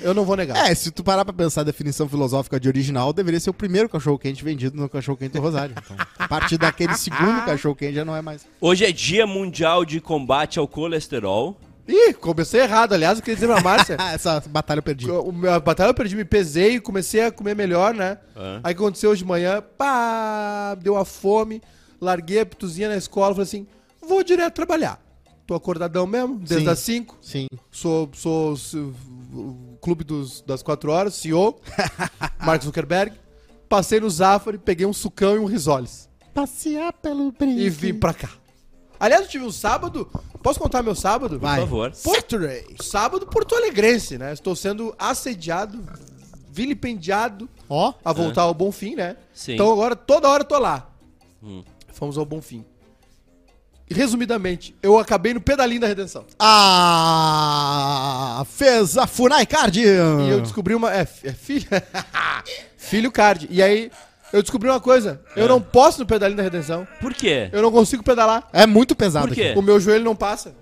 S2: eu não vou negar.
S3: É, se tu parar pra pensar a definição filosófica de original, deveria ser o primeiro cachorro quente vendido no cachorro quente do Rosário. Então, a partir daquele segundo cachorro quente já não é mais.
S1: Hoje é Dia Mundial de Combate ao Colesterol.
S2: Ih, comecei errado. Aliás, eu queria dizer pra Márcia.
S3: Ah, essa batalha eu perdi.
S2: Eu- o meu- A batalha eu perdi, me pesei, comecei a comer melhor, né?
S1: É.
S2: Aí o que aconteceu hoje de manhã, pá, deu uma fome, larguei a pituzinha na escola, falei assim, vou direto trabalhar. Tô acordadão mesmo, desde
S3: Sim.
S2: as 5,
S3: Sim.
S2: sou, sou, sou- o clube dos, das 4 horas, CEO, Mark Zuckerberg. Passei no Zafari, peguei um sucão e um risoles
S3: Passear pelo brinco.
S2: e vim pra cá. Aliás, eu tive um sábado, posso contar meu sábado?
S3: Vai.
S1: Por favor.
S3: Saturday.
S2: Sábado porto alegrense, né? Estou sendo assediado, vilipendiado
S3: Ó.
S2: a voltar ao Bonfim, né?
S1: Sim.
S2: Então agora toda hora eu tô lá.
S1: Hum.
S2: Fomos ao Bonfim. E, resumidamente, eu acabei no pedalinho da redenção.
S3: Ah, fez a Funai Card.
S2: E
S3: Ah.
S2: eu descobri uma. É, fi- é filho. filho card. E aí eu descobri uma coisa:
S3: Ah.
S2: eu não posso no pedalinho da redenção.
S1: Por quê?
S2: Eu não consigo pedalar.
S3: É muito pesado
S1: Por quê?
S3: aquilo.
S2: O meu joelho não passa.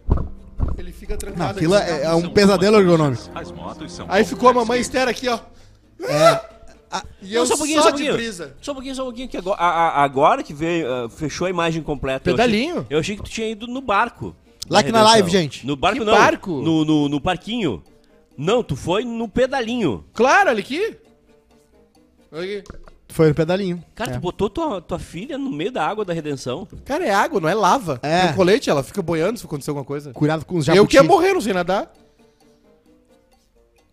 S2: Ele fica
S3: Não,
S2: trancado.
S3: aquilo
S2: aqui.
S3: é, um é um pesadelo ergonômico.
S6: As motos são.
S2: Aí ficou a mamãe estera aqui, ó.
S3: É.
S2: Ah, E eu só,
S1: só um
S2: de
S1: pouquinho.
S2: brisa.
S1: Só um pouquinho, só um pouquinho. Que agora, a- a- agora que veio, ah, fechou a imagem completa. eu achei-
S2: Pedalinho?
S1: Eu achei que tu tinha ido no barco.
S3: Like na
S1: redenção.
S3: live, gente.
S1: No barco
S2: Que
S1: não.
S2: barco?
S1: No, no, no parquinho. Não, tu foi no pedalinho.
S2: Claro, olha aqui. Olha aqui.
S3: Foi no pedalinho.
S1: Cara,
S3: é.
S1: tu botou tua, tua filha no meio da água da redenção.
S2: Cara, é água, não é lava.
S3: É.
S2: Tem um colete, ela fica boiando se acontecer alguma coisa.
S3: Cuidado com os
S2: Eu
S3: jabuti.
S2: que ia morrer, não sei nadar.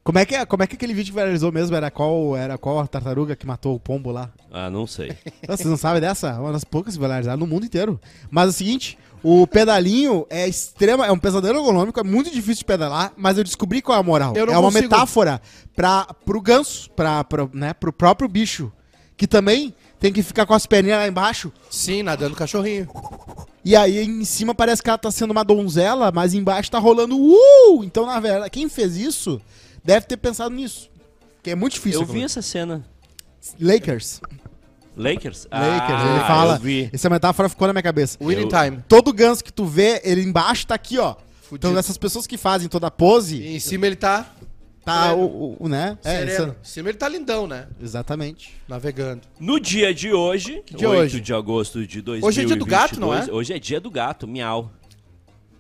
S3: Como é que é- como é que aquele vídeo que viralizou mesmo era qual era qual a tartaruga que matou o pombo lá?
S1: Ah, não sei.
S3: Nossa, Vocês não sabem dessa? É Uma das poucas viralizadas no mundo inteiro. Mas é o seguinte, o pedalinho é extrema, é um pesadelo ergonômico, é muito difícil de pedalar, mas eu descobri qual é a moral.
S2: Eu não
S3: é uma
S2: consigo.
S3: metáfora para pro ganso, para né, pro próprio bicho, que também tem que ficar com as perninhas lá embaixo.
S2: Sim, nadando cachorrinho.
S3: E aí em cima parece que ela tá sendo uma donzela, mas embaixo tá rolando uh! Então, na verdade, quem fez isso deve ter pensado nisso. Que é muito difícil.
S1: Eu vi essa cena.
S3: Lakers.
S1: Lakers?
S3: Lakers,
S1: Ah,
S3: ele fala.
S1: Eu vi.
S3: Essa metáfora ficou na minha cabeça.
S2: Winning
S1: Eu-
S2: time.
S3: Todo ganso que tu vê, ele embaixo tá aqui, ó. Então essas pessoas que fazem toda a pose,
S2: E em cima ele tá
S3: tá
S2: Sereno.
S3: o, o- o, né? É,
S2: sereno.
S3: isso-
S2: Em cima ele tá lindão, né?
S3: exatamente.
S2: Navegando.
S1: No dia de hoje,
S2: dia
S1: 8
S2: hoje?
S1: de agosto de 2022.
S2: Hoje é dia do gato, não é?
S1: Hoje é dia do gato, miau.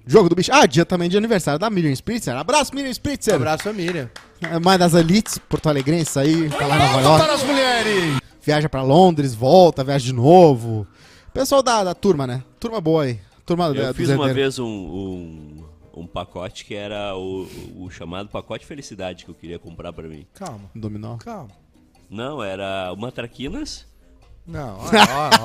S3: Jogo do bicho. Ah, dia também de aniversário da Miriam Spritzer. Abraço, Miriam Spritzer.
S2: Um Abraço, família.
S3: É Uma das elites porto-alegrense aí, tá lá em Nova York. Para as mulheres! Viaja pra Londres, volta, viaja de novo. Pessoal da, da turma, né? Turma boa aí. Turma
S1: Eu
S3: da,
S1: fiz uma
S3: herdeiros.
S1: vez um, um, um pacote que era o, o chamado pacote felicidade que eu queria comprar pra mim.
S2: Calma,
S3: Dominó.
S2: calma.
S1: Não, era uma traquinas,
S2: Não, olha, olha,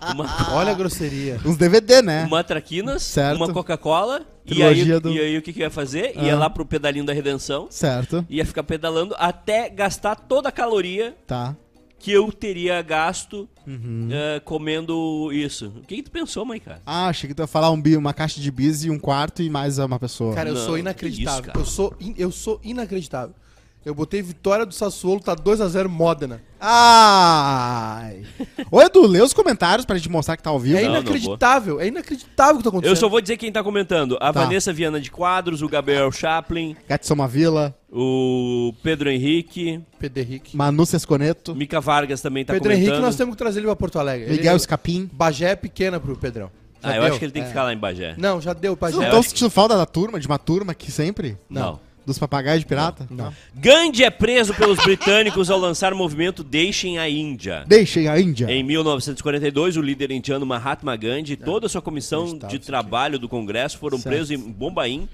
S2: olha.
S1: uma,
S2: Olha a grosseria.
S3: Uns DVD, né?
S1: uma traquinas,
S3: Certo.
S1: uma Coca-Cola, e aí,
S3: Trilogia do- Ah.
S1: e aí o que, que eu ia fazer? Ia lá pro pedalinho da redenção,
S3: Certo.
S1: ia ficar pedalando até gastar toda a caloria
S3: Tá.
S1: que eu teria gasto
S3: Uhum.
S1: eh, comendo isso. O que, que tu pensou, mãe, cara?
S3: Ah, achei que tu ia falar um bi, uma caixa de bis e um quarto e mais uma pessoa.
S2: Cara, eu
S1: Não,
S2: sou
S1: que
S2: inacreditável.
S1: isso, cara.
S2: Eu, sou in- eu sou inacreditável. Eu botei vitória do Sassuolo, tá 2x0 Modena.
S3: Ai! Ô, Edu, lê os comentários pra gente mostrar que tá ao vivo.
S2: É
S1: Não, não
S2: inacreditável, é inacreditável o que tá acontecendo.
S1: Eu só vou dizer quem tá comentando. A
S3: Tá.
S1: Vanessa Viana de Quadros, o Gabriel Chaplin,
S3: Gatsoma Vila,
S1: o Pedro Henrique,
S2: Pedro Henrique.
S3: Manu Sesconeto,
S1: Mica Vargas também tá
S2: Pedro
S1: comentando.
S2: Henrique, nós temos que trazer ele pra Porto Alegre.
S3: Miguel
S2: ele...
S3: Escapim.
S2: Bagé é pequena pro Pedrão. Já
S1: Ah, eu
S2: deu?
S1: acho que ele tem que
S3: É.
S1: ficar lá em Bagé.
S2: Não, já deu,
S3: Vocês
S2: Bagé.
S3: não
S1: eu
S3: estão
S1: é, acho
S3: sentindo falta da turma, de uma turma que sempre?
S1: Não.
S3: Dos papagaios de pirata? Não.
S1: Gandhi é preso pelos britânicos ao lançar o movimento Deixem a Índia.
S3: Deixem a Índia.
S1: Em 1942, o líder indiano Mahatma Gandhi e toda a sua comissão de trabalho do Congresso foram
S3: É. Certo.
S1: presos em Bombaim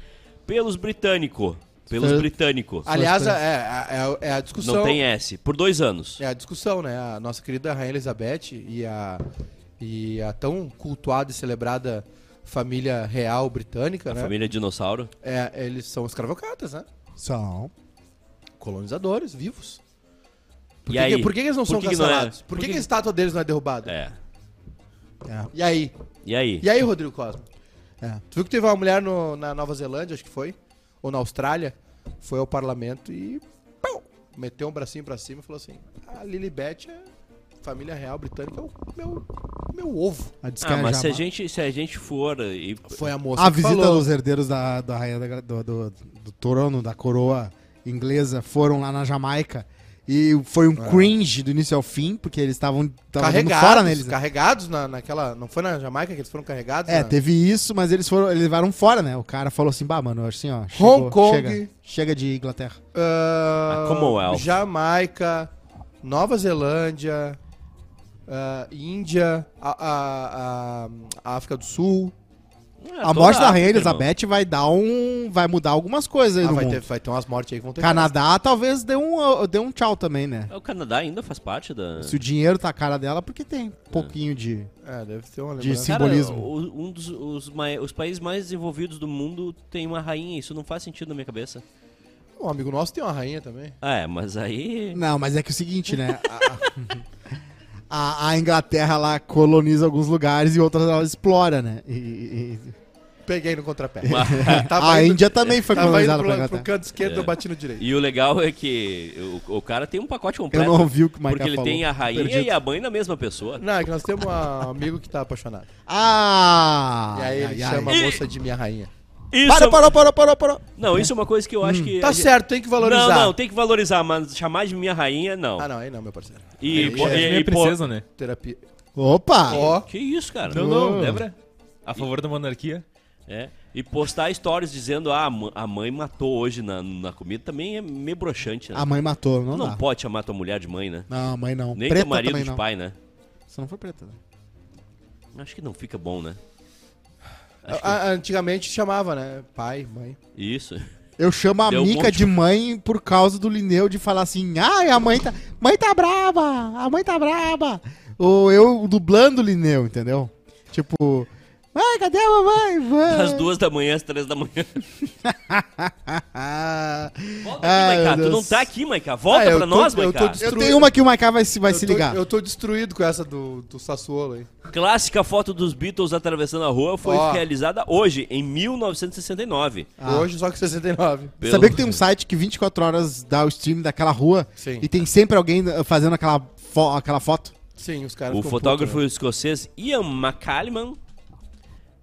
S1: pelos britânicos. Pelos
S3: Certo.
S1: britânicos.
S2: Aliás, é, é- é- é a discussão.
S1: Não tem S. Por dois anos.
S2: É a discussão, né? A nossa querida Rainha Elizabeth e a, e a tão cultuada e celebrada família real britânica,
S1: A
S2: né?
S1: família dinossauro.
S2: É, eles são escravocatas, né?
S3: São.
S2: Colonizadores vivos. Por,
S1: E
S2: que,
S1: aí?
S2: por que que eles não
S1: Por
S2: são
S1: que que não é?
S2: cancelados? Por,
S1: Por
S2: que,
S1: que
S2: que a estátua deles não é derrubada?
S1: É.
S3: É.
S2: E aí?
S1: E aí?
S2: E aí, Rodrigo Cosmo?
S3: É.
S2: Tu viu que teve uma mulher no- na Nova Zelândia, acho que foi? Ou na Austrália? Foi ao parlamento e. pau, meteu um bracinho pra cima e falou assim: A Lilibet é. Família real britânica é o meu, meu ovo.
S3: A
S1: Ah,
S3: descarga
S1: mas
S3: já-
S1: se a, gente, se a gente for e
S2: Foi a moça
S3: A
S2: que
S3: visita
S2: falou.
S3: dos herdeiros da, da rainha da, do, do, do trono, da coroa inglesa, foram lá na Jamaica. E foi
S1: É.
S3: um cringe do início ao fim, porque eles estavam estavam dando
S2: Carregados,
S3: fora neles. né?
S2: carregados na, naquela. Não foi na Jamaica que eles foram carregados?
S3: É,
S2: na-
S3: teve isso, mas eles foram, eles levaram fora, né? O cara falou assim, bah, mano, assim, ó. chegou,
S2: Hong Kong.
S3: Chega, chega de Inglaterra.
S2: Ah,
S1: A Commonwealth.
S2: Jamaica, Nova Zelândia, ah, Índia, a, a- a África do Sul.
S1: É,
S3: a morte da Rainha Elizabeth vai dar um. vai mudar algumas coisas aí
S2: Ah,
S3: no
S2: vai,
S3: mundo.
S2: ter, vai ter umas mortes aí que vão ter.
S3: Canadá talvez dê um, dê um tchau também, né?
S1: É, O Canadá ainda faz parte da.
S3: Se o dinheiro tá a cara dela, porque tem um pouquinho de.
S2: É, deve ter uma
S3: De
S2: lembrança.
S3: sim- simbolismo.
S1: o- um dos os, mai- os países mais desenvolvidos do mundo tem uma rainha. Isso não faz sentido na minha cabeça.
S2: Um amigo nosso tem uma rainha também.
S1: Ah, é, mas aí.
S3: Não, mas é que é o seguinte, né? A- A, a Inglaterra, ela coloniza alguns lugares e outras ela explora, né? E- e- e-
S2: Peguei no contrapé.
S3: a Índia também foi
S2: tava indo
S3: colonizada
S2: pro,
S3: pela
S2: pro
S3: Inglaterra.
S2: canto esquerdo, eu bati no direito.
S1: É. E o legal é que o, o cara tem um pacote
S3: Eu
S1: completo.
S3: não ouvi o que o Michael
S1: Porque ele
S3: falou.
S1: tem a rainha
S3: Perdido.
S1: e a mãe na mesma pessoa.
S2: Não, é que nós temos um amigo que tá apaixonado.
S3: Ah!
S2: e aí ele
S3: ai, ai.
S2: chama
S1: ai.
S2: a moça de minha rainha.
S1: Isso é-
S3: Parou, parou, parou, parou, parou.
S1: Não, isso é uma coisa que eu
S3: Hum.
S1: acho que.
S2: Tá
S1: a gente-
S2: certo, tem que valorizar.
S1: Não, tá não, tem que valorizar, mas chamar de minha rainha, não.
S2: Ah, não, aí não, meu parceiro.
S1: E,
S6: É
S1: e-
S6: minha
S1: e-
S6: princesa, né?
S2: Terapia.
S3: Opa!
S2: Ó,
S1: Que isso, cara?
S6: Não, não,
S3: Oh.
S6: lembra? A favor da monarquia.
S1: É, e postar stories dizendo, ah, a mã- a mãe matou hoje na, na comida também é meio broxante, né?
S3: A mãe matou, não,
S1: Tu
S3: não
S1: não
S3: dá.
S1: pode chamar tua mulher de mãe, né?
S3: Não, a mãe não.
S1: Nem
S3: preta
S1: teu marido
S3: também
S1: de
S3: não.
S1: pai, né?
S3: Você não foi preta, né?
S1: Acho que não fica bom, né?
S2: a- antigamente chamava, né? Pai, mãe.
S1: Isso.
S3: Eu chamo a
S1: Deu um
S3: Mica
S1: monte
S3: de mãe por causa do Lineu de falar assim, ai, a mãe tá. Mãe tá braba! A mãe tá braba! Ou eu dublando o Lineu, entendeu? Tipo, mãe, cadê a mamãe? Mãe.
S1: Das duas da manhã às três da manhã.
S3: Ah,
S1: Volta
S3: Ai,
S1: aqui, Maiká.
S3: meu
S1: Tu não
S3: Deus.
S1: tá aqui, Maiká. Volta
S2: Ah, eu
S1: pra
S2: tô-
S1: nós,
S2: eu tô
S1: Maiká.
S2: des-
S3: eu tenho uma que o Maiká vai se, vai
S2: eu
S3: se
S2: tô,
S3: ligar.
S2: Eu tô destruído com essa do, do Sassuolo aí.
S1: Clássica foto dos Beatles atravessando a rua foi
S2: Ó.
S1: realizada hoje, em 1969.
S3: Ah.
S2: Hoje, só que 69.
S1: Pelo-
S3: Sabia que tem um site que 24 horas dá o stream daquela rua
S2: Sim.
S3: e tem sempre alguém eh, fazendo aquela, fo- aquela foto?
S2: Sim, os caras
S1: O
S2: ficam
S1: fotógrafo
S2: putos, né?
S1: escocês Ian McCalliman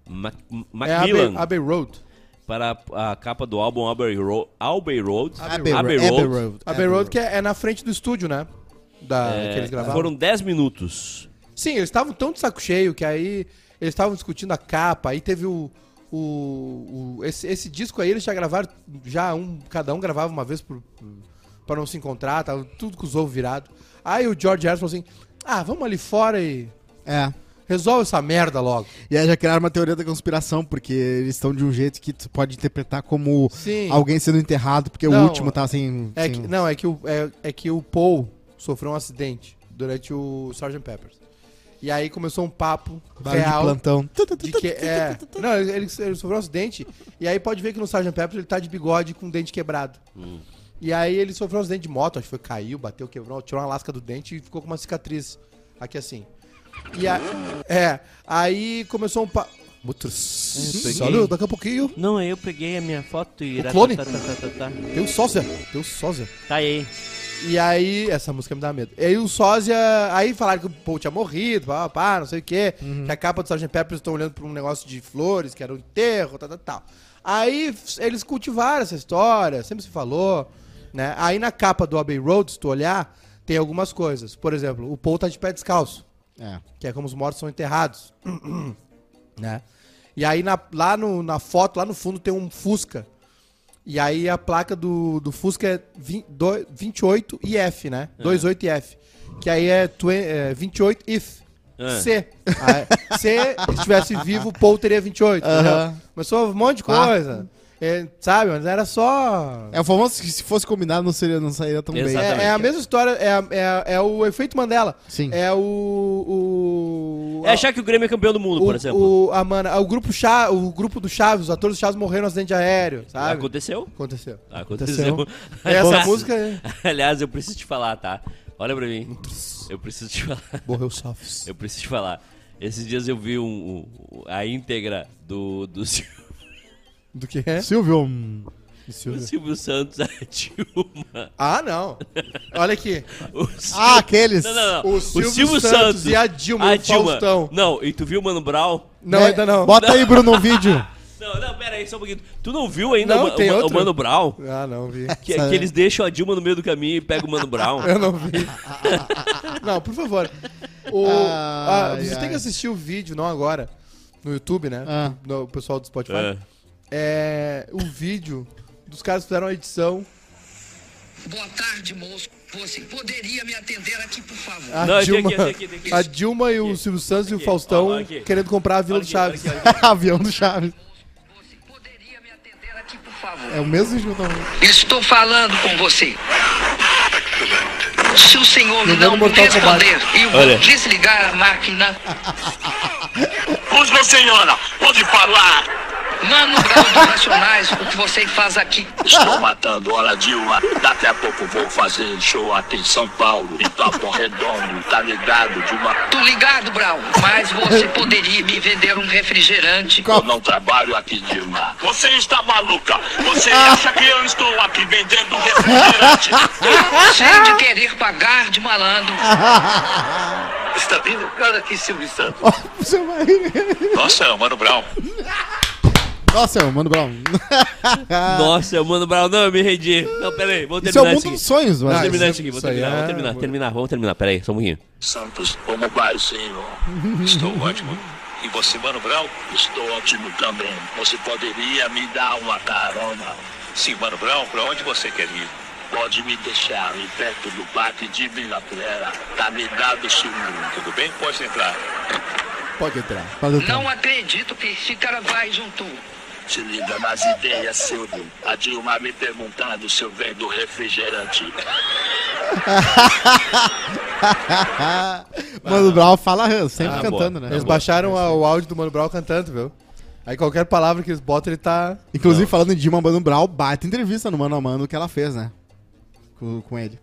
S1: Mac-
S2: né? é Abbey,
S1: Macmillan
S2: Abbey Road.
S1: para a a capa do álbum Abbey, Ro Abbey Road.
S3: Abbey
S1: Abbey
S3: Road.
S1: Road.
S2: Abbey Road que é, é na frente do estúdio, né? Da, que eles gravaram.
S1: É, Foram 10 minutos.
S2: Sim, eles estavam tão de saco cheio que aí eles estavam discutindo a capa, aí teve o. o, o- esse, esse disco aí eles já gravaram, já um, cada um gravava uma vez por, pra não se encontrar, tava tudo com os ovos virados. Aí o George Harrison falou assim: ah, vamos ali fora e
S3: É.
S2: resolve essa merda logo.
S3: E aí já criaram uma teoria da conspiração, porque eles estão de um jeito que tu pode interpretar como
S2: Sim.
S3: alguém sendo enterrado, porque
S2: Não,
S3: o último tá sem.
S2: É
S3: sem-
S2: que, não, é que, o, é, é que o Paul sofreu um acidente durante o Sgt. Peppers. E aí começou um papo
S3: barulho de
S2: real.
S3: plantão.
S2: De que, é. Não, ele, ele sofreu um acidente. E aí pode ver que no Sgt. Pepper ele tá de bigode com o dente quebrado. E aí ele sofreu um acidente de moto, acho que foi, caiu, bateu, quebrou, tirou uma lasca do dente e ficou com uma cicatriz. Aqui assim. E a, é, aí começou um pa... Mutros. Olha, daqui a pouquinho
S1: Não, eu peguei a minha foto e...
S2: O clone?
S1: Tá, tá, tá, tá, tá.
S2: tem o sósia, tem o sósia.
S1: Tá aí.
S2: E aí, essa música me dá medo. E aí o sósia, aí falaram que o Paul tinha morrido, pá, pá, pá, não sei o quê. Que a capa do Sgt. Pepper estão olhando pra um negócio de flores, que era um enterro, tal, tal, tal. Aí f- eles cultivaram essa história, sempre se falou, né? Aí na capa do Abbey Road, se tu olhar, tem algumas coisas. Por exemplo, o Paul tá de pé descalço,
S3: É.
S2: que é como os mortos são enterrados, né? E aí na- lá no- na foto, lá no fundo, tem um Fusca. E aí a placa do, do Fusca é 20, do- 28 IF, né?
S3: É.
S2: 28 IF. Que aí é, twen- é 28 IF.
S3: É.
S1: Ah.
S2: C. Ah, se estivesse vivo, o Paul teria 28. entendeu?
S3: Aham. Ah.
S2: Começou um monte de
S3: Pá.
S2: coisa. É, sabe, mas era só.
S3: É o famoso que se fosse combinado não, seria, não sairia tão
S1: Exato.
S3: bem.
S2: É, é a mesma história, é, a- é, a- é o efeito Mandela.
S3: Sim.
S2: É o. o
S1: É achar que o Grêmio é campeão do mundo,
S2: o,
S1: por exemplo.
S2: O, a, mana- o, grupo Cha, o grupo do Chaves, os atores do Chaves morreram no acidente
S1: É,
S2: aéreo,
S1: Ah,
S2: sabe?
S1: Aconteceu? Ah,
S2: Aconteceu.
S1: Aconteceu.
S2: Essa
S1: Aliás-
S2: música é.
S1: Aliás, eu preciso te falar, tá? Olha pra mim. Eu preciso te falar.
S2: Morreu Chaves.
S1: Eu preciso te falar. Esses dias eu vi um, um- a íntegra do, do Sil-
S2: Do que é?
S3: Silvio. hum,
S1: do Silvio Santos, a Dilma.
S2: Ah, não. Olha aqui.
S1: O Sil-
S3: Ah, aqueles.
S1: Não, não, não.
S2: O Silvio Santos e a Dilma,
S1: A Né?
S2: o Faustão.
S1: Não, e tu viu o Mano Brown?
S2: Não,
S3: Né?
S2: ainda não.
S3: Bota aí, Bruno, um vídeo.
S1: Não, não, pera aí, só um pouquinho. Tu não viu ainda
S2: Não,
S1: o, Ma-
S2: tem
S1: o Ma- o
S2: outro?
S1: Mano Brown?
S2: Ah, não vi.
S1: Que,
S3: Sabe.
S1: que eles deixam a Dilma no meio do caminho e pegam o Mano Brown.
S2: Eu não vi. não, por favor. O,
S3: Ai,
S2: ah, você
S3: ai.
S2: tem que assistir o vídeo, não agora. No YouTube, né?
S3: Ah.
S2: No, o pessoal do Spotify.
S1: É.
S2: É. O vídeo dos caras que fizeram a edição.
S4: Boa tarde, moço. Você poderia me atender aqui, por favor?
S2: A
S1: Não, tem
S2: Dilma,
S1: aqui, tem aqui, tem aqui.
S2: A Dilma e o Silvio Santos e o
S1: Aqui.
S2: Faustão
S1: Ó, aqui.
S2: querendo comprar a Vila
S1: Olha
S2: do
S1: aqui, olha
S2: Chaves.
S1: aqui, olha aqui.
S3: Avião do Chaves.
S4: Você poderia me atender aqui, por favor?
S3: É o mesmo vídeo que eu tava
S4: Estou falando com você. Se o senhor
S2: Jogando
S4: não me
S2: Mortal Kombat.
S4: responder, eu vou
S1: Olha.
S4: desligar a máquina.
S5: Pois não, senhora, pode falar.
S4: Mano Brown Nacionais, o que você faz aqui?
S5: Estou matando hora Dilma. Daqui a pouco vou fazer show aqui em São Paulo. Em Papo Redondo, tá ligado? De uma.
S4: Tô ligado, Brown, mas você poderia me vender um refrigerante.
S5: Eu não trabalho aqui, Dilma. Você está maluca? Você acha que eu estou aqui vendendo refrigerante?
S4: Sem de querer pagar de malandro.
S5: está vindo o cara aqui, Silvio Santos.
S3: falando.
S5: Nossa, é o Mano Brown.
S3: Nossa, é o Mano Brown.
S1: Nossa, o Mano Brown, não, eu me rendi. Não, pera aí, vamos
S3: Isso é o
S1: terminar
S2: assim.
S3: mundo
S1: isso
S3: dos
S1: aqui.
S3: sonhos,
S1: Vamos
S3: mas.
S1: terminar
S2: isso-
S1: isso aqui, vamos
S2: isso aí
S1: terminar,
S2: é-
S1: vamos terminar, terminar, vamos terminar, pera aí, só um pouquinho.
S5: Santos, como vai, senhor? Estou ótimo. E você, Mano Brown? Estou ótimo também. Você poderia me dar uma carona? Sim, Mano Brown, para onde você quer ir? Pode me deixar ir perto do parque de Vila Tá ligado, senhor? Tudo bem? Pode entrar.
S2: Pode entrar.
S3: Faz o
S4: Não acredito que esse cara vai junto.
S5: Se liga nas ideias, Silvio. A Dilma me perguntando se eu vendo refrigerante.
S3: tempo. Mano Brown fala sempre
S1: Ah,
S3: cantando,
S1: boa.
S3: né?
S1: Tá
S2: Eles
S1: bom.
S2: baixaram a- o áudio do Mano Brown cantando, viu? Aí qualquer palavra que eles botam, ele tá.
S3: Inclusive, falando em Dilma Mano Brown, baita entrevista no Mano a Mano que ela fez, né? Com, com ele.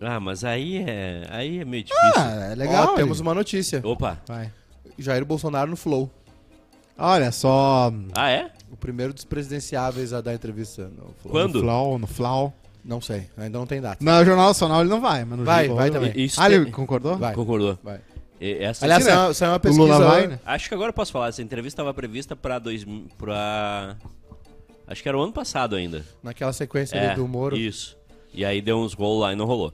S1: Ah, mas aí é, aí é meio difícil.
S3: Ah, é
S2: Legal.
S3: legal. ele-
S2: temos um- uma notícia.
S1: Opa,
S3: Vai.
S2: Jair Bolsonaro no Flow.
S3: Olha só.
S1: ah é?
S2: O primeiro dos presidenciáveis a dar entrevista no Flow.
S1: Quando?
S3: No Flau, no Flau.
S2: Não sei, ainda não tem data.
S3: No Jornal Nacional ele não vai, mas no
S2: Vai,
S3: Globo
S2: vai
S3: ele
S2: também.
S1: Isso
S3: Ah, ele
S1: tem-
S3: concordou?
S2: Vai.
S1: Concordou.
S2: Vai.
S1: E- Essa
S2: Aliás, é.
S3: Sim, né?
S2: saiu, saiu uma
S3: O
S2: pesquisa.
S3: Lula vai, né?
S1: Acho que agora eu posso falar. Essa entrevista estava prevista pra dois, pra... Acho que era o ano passado ainda.
S2: Naquela sequência
S1: É,
S2: ali do Moro.
S1: Isso. E aí deu uns rolos lá e não rolou.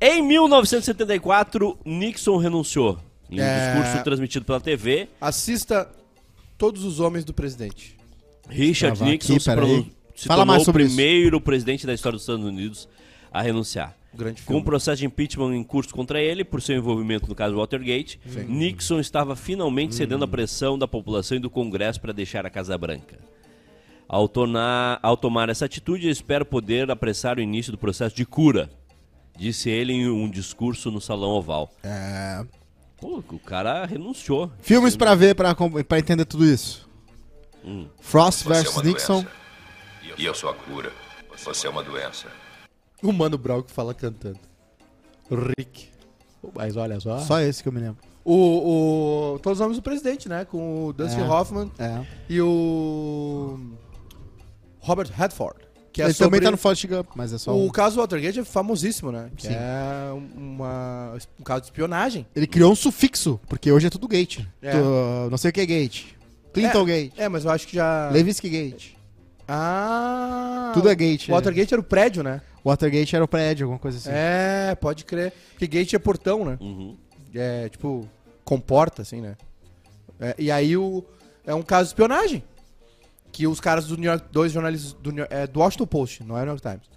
S1: Em 1974, Nixon renunciou. Em um
S2: É.
S1: discurso transmitido pela TV,
S2: Assista Todos os Homens do Presidente.
S1: Richard
S3: Travar
S1: Nixon
S3: aqui,
S1: se,
S3: peraí.
S1: pronunciou se
S3: Fala
S1: tornou
S3: mais sobre
S1: o
S3: isso.
S1: primeiro presidente da história dos Estados Unidos a renunciar.
S2: Grande
S1: Com
S2: filme.
S1: o processo de impeachment em curso contra ele, por seu envolvimento no caso Watergate, Nixon estava finalmente cedendo à pressão da população e do Congresso para deixar a Casa Branca. Ao, tornar- ao tomar essa atitude, eu espero poder apressar o início do processo de cura, disse ele em um discurso no Salão Oval.
S3: É.
S1: Pô, o cara renunciou.
S3: Filmes pra ver, pra, com- pra entender tudo isso.
S2: Hum.
S3: Frost
S7: Você é
S3: vs
S7: uma
S3: Nixon.
S7: doença. E eu sou a cura. Você é uma doença.
S2: O Mano Brown que fala cantando. Rick. Mas olha só.
S3: Só esse que eu me lembro.
S2: O, o- Todos os Homens do Presidente, né? Com o Dustin
S3: É.
S2: Hoffman
S3: É.
S2: e o. Robert Redford. Que é
S3: ele
S2: sobre
S3: também tá no Forrest Gump, mas é só
S2: O
S3: um.
S2: caso Watergate é famosíssimo, né? Que
S3: Sim.
S2: é uma, um caso de espionagem.
S3: Ele criou um sufixo, porque hoje é tudo gate.
S2: É.
S3: Tu- não sei o que é gate. Clinton gate.
S2: É, mas eu acho que já.
S3: Levinsky gate.
S2: Ah!
S3: Tudo é gate.
S2: O Watergate era o prédio, né?
S3: Watergate era o prédio, alguma coisa assim.
S2: É, pode crer. Porque gate é portão, né?
S1: Uhum.
S2: É, tipo, comporta, assim, né? É, e aí o, é um caso de espionagem. Que os caras do New York, dois jornalistas do, New- é, do Washington Post, não é o New York Times,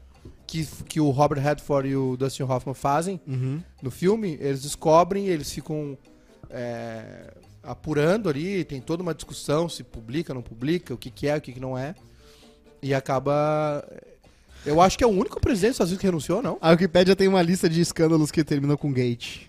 S2: que, que o Robert Redford e o Dustin Hoffman fazem
S3: Uhum.
S2: no filme, eles descobrem, eles ficam é, apurando ali, tem toda uma discussão se publica, não publica, o que, que é, o que, que não é. E acaba. Eu acho que é o único presidente dos Estados Unidos que renunciou, não?
S3: A Wikipédia tem uma lista de escândalos que terminam com gate.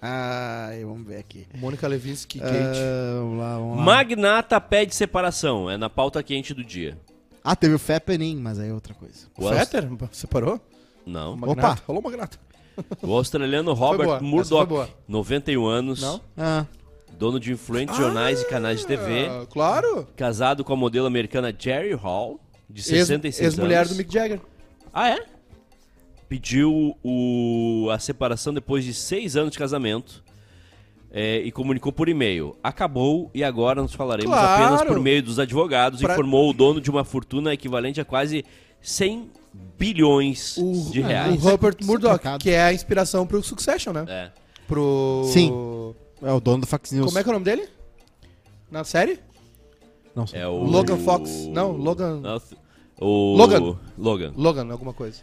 S3: Ai, vamos ver aqui.
S2: Mônica Levinsky, Kate.
S3: Ah, vamos lá, vamos lá.
S1: Magnata pede separação. É na pauta quente do dia.
S3: Ah, teve o Fappening, mas aí é outra coisa.
S1: O aus-
S2: Fetter? Separou?
S1: Não.
S2: Magnata. Opa! Rolou uma granata.
S1: O australiano
S2: boa,
S1: Robert
S2: essa foi boa.
S1: Murdoch, 91 anos,
S2: Não?
S3: Ah,
S1: dono de influentes jornais e canais de TV,
S2: Ah, claro.
S1: casado com a modelo americana Jerry Hall, de
S2: Ex-
S1: 66
S2: Ex-mulher
S1: anos.
S2: do Mick Jagger.
S1: Ah, é? Pediu o- a separação depois de seis anos de casamento é, e comunicou por e-mail. Acabou e agora nos falaremos
S2: Claro.
S1: apenas por meio dos advogados.
S2: Pra-
S1: Informou o dono de uma fortuna equivalente a quase 100 bilhões
S2: O,
S1: de
S2: o
S1: reais.
S2: Rupert
S3: Isso é
S2: Murdoch,
S3: pecado.
S2: que é a inspiração pro Succession, né?
S1: É.
S2: Pro...
S3: Sim. é o dono do Fox News.
S2: Como é que é o nome dele? Na série?
S3: Não sei.
S1: É o...
S2: Logan Fox. Não, Logan-
S1: Nossa, O...
S2: Logan.
S1: Logan.
S2: Logan, alguma coisa.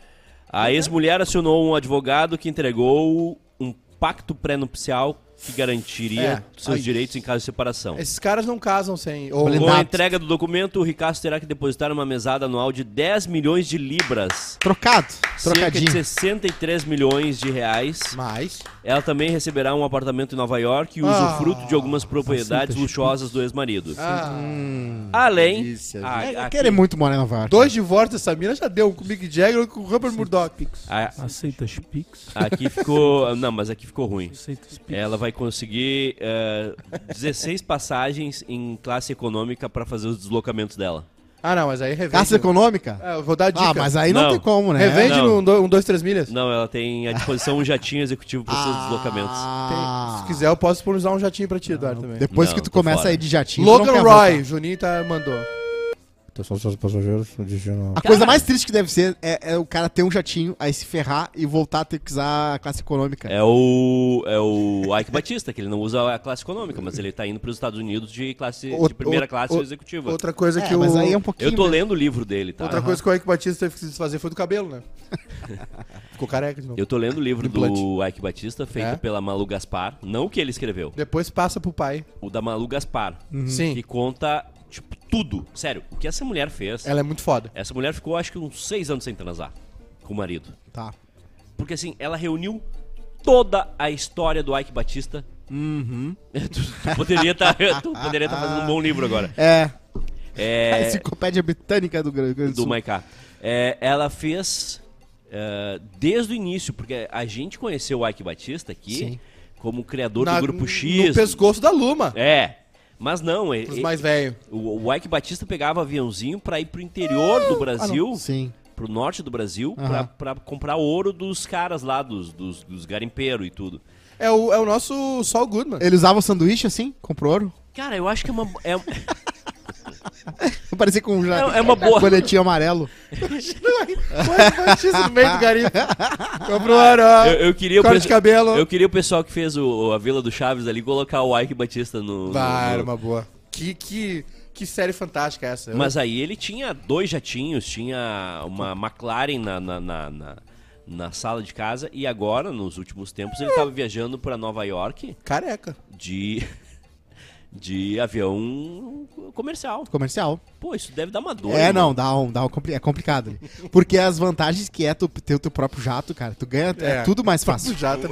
S1: A ex-mulher acionou um advogado que entregou um pacto pré-nupcial que garantiria
S2: É,
S1: seus
S2: aí.
S1: direitos em caso de separação.
S2: Esses caras não casam sem... Ou...
S1: Com a
S3: Blindados.
S1: entrega do documento, o Ricasso terá que depositar uma mesada anual de 10 milhões de libras.
S3: Trocado.
S1: Cerca de
S3: Trocadinho.
S1: 63 milhões de
S2: Oh.
S1: reais.
S2: Mas...
S1: Ela também receberá um apartamento em Nova York e
S2: Ah,
S1: usufruto de algumas propriedades luxuosas do ex-marido.
S2: Ah,
S1: Além.
S2: delícia,
S1: Ah,
S3: Eu
S1: aqui-
S3: quero muito morar em Nova York.
S2: dois divórcios essa mina já deu. um Com o Mick Jagger e com o Rupert Murdoch.
S1: a-
S6: Aceita as Pix?
S1: aqui ficou. Não, mas aqui ficou ruim.
S6: Aceita as Pix?
S1: Ela vai conseguir eh, 16 passagens em classe econômica para fazer os deslocamentos dela.
S2: Ah, não, mas aí revende.
S3: Caça econômica?
S2: É, eu vou dar a dica.
S3: Ah, mas aí não,
S1: Não.
S3: tem como, né?
S2: Revende
S1: Não.
S2: no um, do- um, dois, três milhas.
S1: Não, ela tem à disposição um jatinho executivo para seus deslocamentos.
S3: Ah.
S2: Se quiser, eu posso disponibilizar um jatinho pra ti, Eduardo, também.
S3: Depois
S1: Não,
S3: que tu
S1: tô
S3: começa
S1: fora.
S3: a ir de jatinho. tu não
S2: Logan
S3: quer
S2: Roy,
S3: voltar.
S2: Juninho tá, mandou. Atenção, seus passageiros, destino...
S1: Ah,
S3: A coisa mais triste que deve ser é, é o cara ter um jatinho, aí se ferrar e voltar a ter que usar a classe econômica.
S1: É o, é o Ike Batista, que ele não usa a classe econômica, mas ele tá indo para os Estados Unidos de classe de
S2: Out-
S1: primeira
S2: out-
S1: classe
S2: out-
S1: executiva.
S2: Outra coisa que o...
S3: mas aí é um pouquinho.
S1: Eu tô
S3: né?
S1: lendo o livro dele, tá?
S2: Outra coisa que o Ike Batista teve que se desfazer foi do cabelo, né? Ficou careca de novo.
S1: Eu tô lendo o livro do Ike Batista, feito
S2: É?
S1: pela Malu Gaspar, não o que ele escreveu,
S2: Depois passa pro pai.
S1: o da Malu Gaspar,
S2: Uhum. Sim.
S1: que conta tipo tudo. Sério, o que essa mulher fez?
S2: Ela é muito foda.
S1: Essa mulher ficou acho que uns seis anos sem transar com o marido.
S3: Tá.
S1: Porque assim, ela reuniu toda a história do Ike Batista. Uhum. tu, tu poderia tá, estar fazendo um bom livro agora.
S3: É, a
S1: É,
S3: enciclopédia britânica do Grande
S1: do Maiká. É, ela fez é, desde o início, porque a gente conheceu o Ike Batista aqui
S3: Sim.
S1: como criador
S2: Na-
S1: do grupo
S2: No
S1: X.
S2: pescoço da Luma.
S1: É. Mas não, ele-
S2: Os mais velhos.
S3: Ah,
S1: o, o Ike Batista pegava aviãozinho pra ir pro interior do Brasil
S3: Sim.
S1: pro norte do Brasil pra,
S3: Aham.
S1: pra comprar ouro dos caras lá, dos, dos, dos garimpeiros e tudo.
S2: É o, é o nosso Saul Goodman.
S3: Ele usava o sanduíche assim? Comprou ouro?
S1: Cara, eu acho que é uma. É,
S3: Parecia com um ja-
S1: É- é uma boa.
S3: coletinho amarelo. É.
S2: Batista no meio do garimpo. Comprou um hora.
S1: eu, eu queria o
S2: Corte
S1: pessoal-
S2: de cabelo.
S1: Eu queria o pessoal que fez o- a Vila do Chaves ali colocar o Ike Batista no. no-
S2: Bah, era
S1: no-
S2: uma boa. Que, que, que série fantástica é essa.
S1: Mas aí ele tinha dois jatinhos, tinha uma McLaren na, na, na, na- na sala de casa e agora, nos últimos tempos, ele tava viajando pra Nova York
S2: Careca.
S1: de. de avião comercial.
S3: Comercial.
S1: Pô, isso deve dar uma dor.
S3: é,
S1: mano.
S3: não, dá um, dá um compli- é complicado. ali. Porque as vantagens que é tu ter o teu próprio jato, cara, tu ganha é,
S2: É.
S3: tudo mais fácil.
S2: Já tá...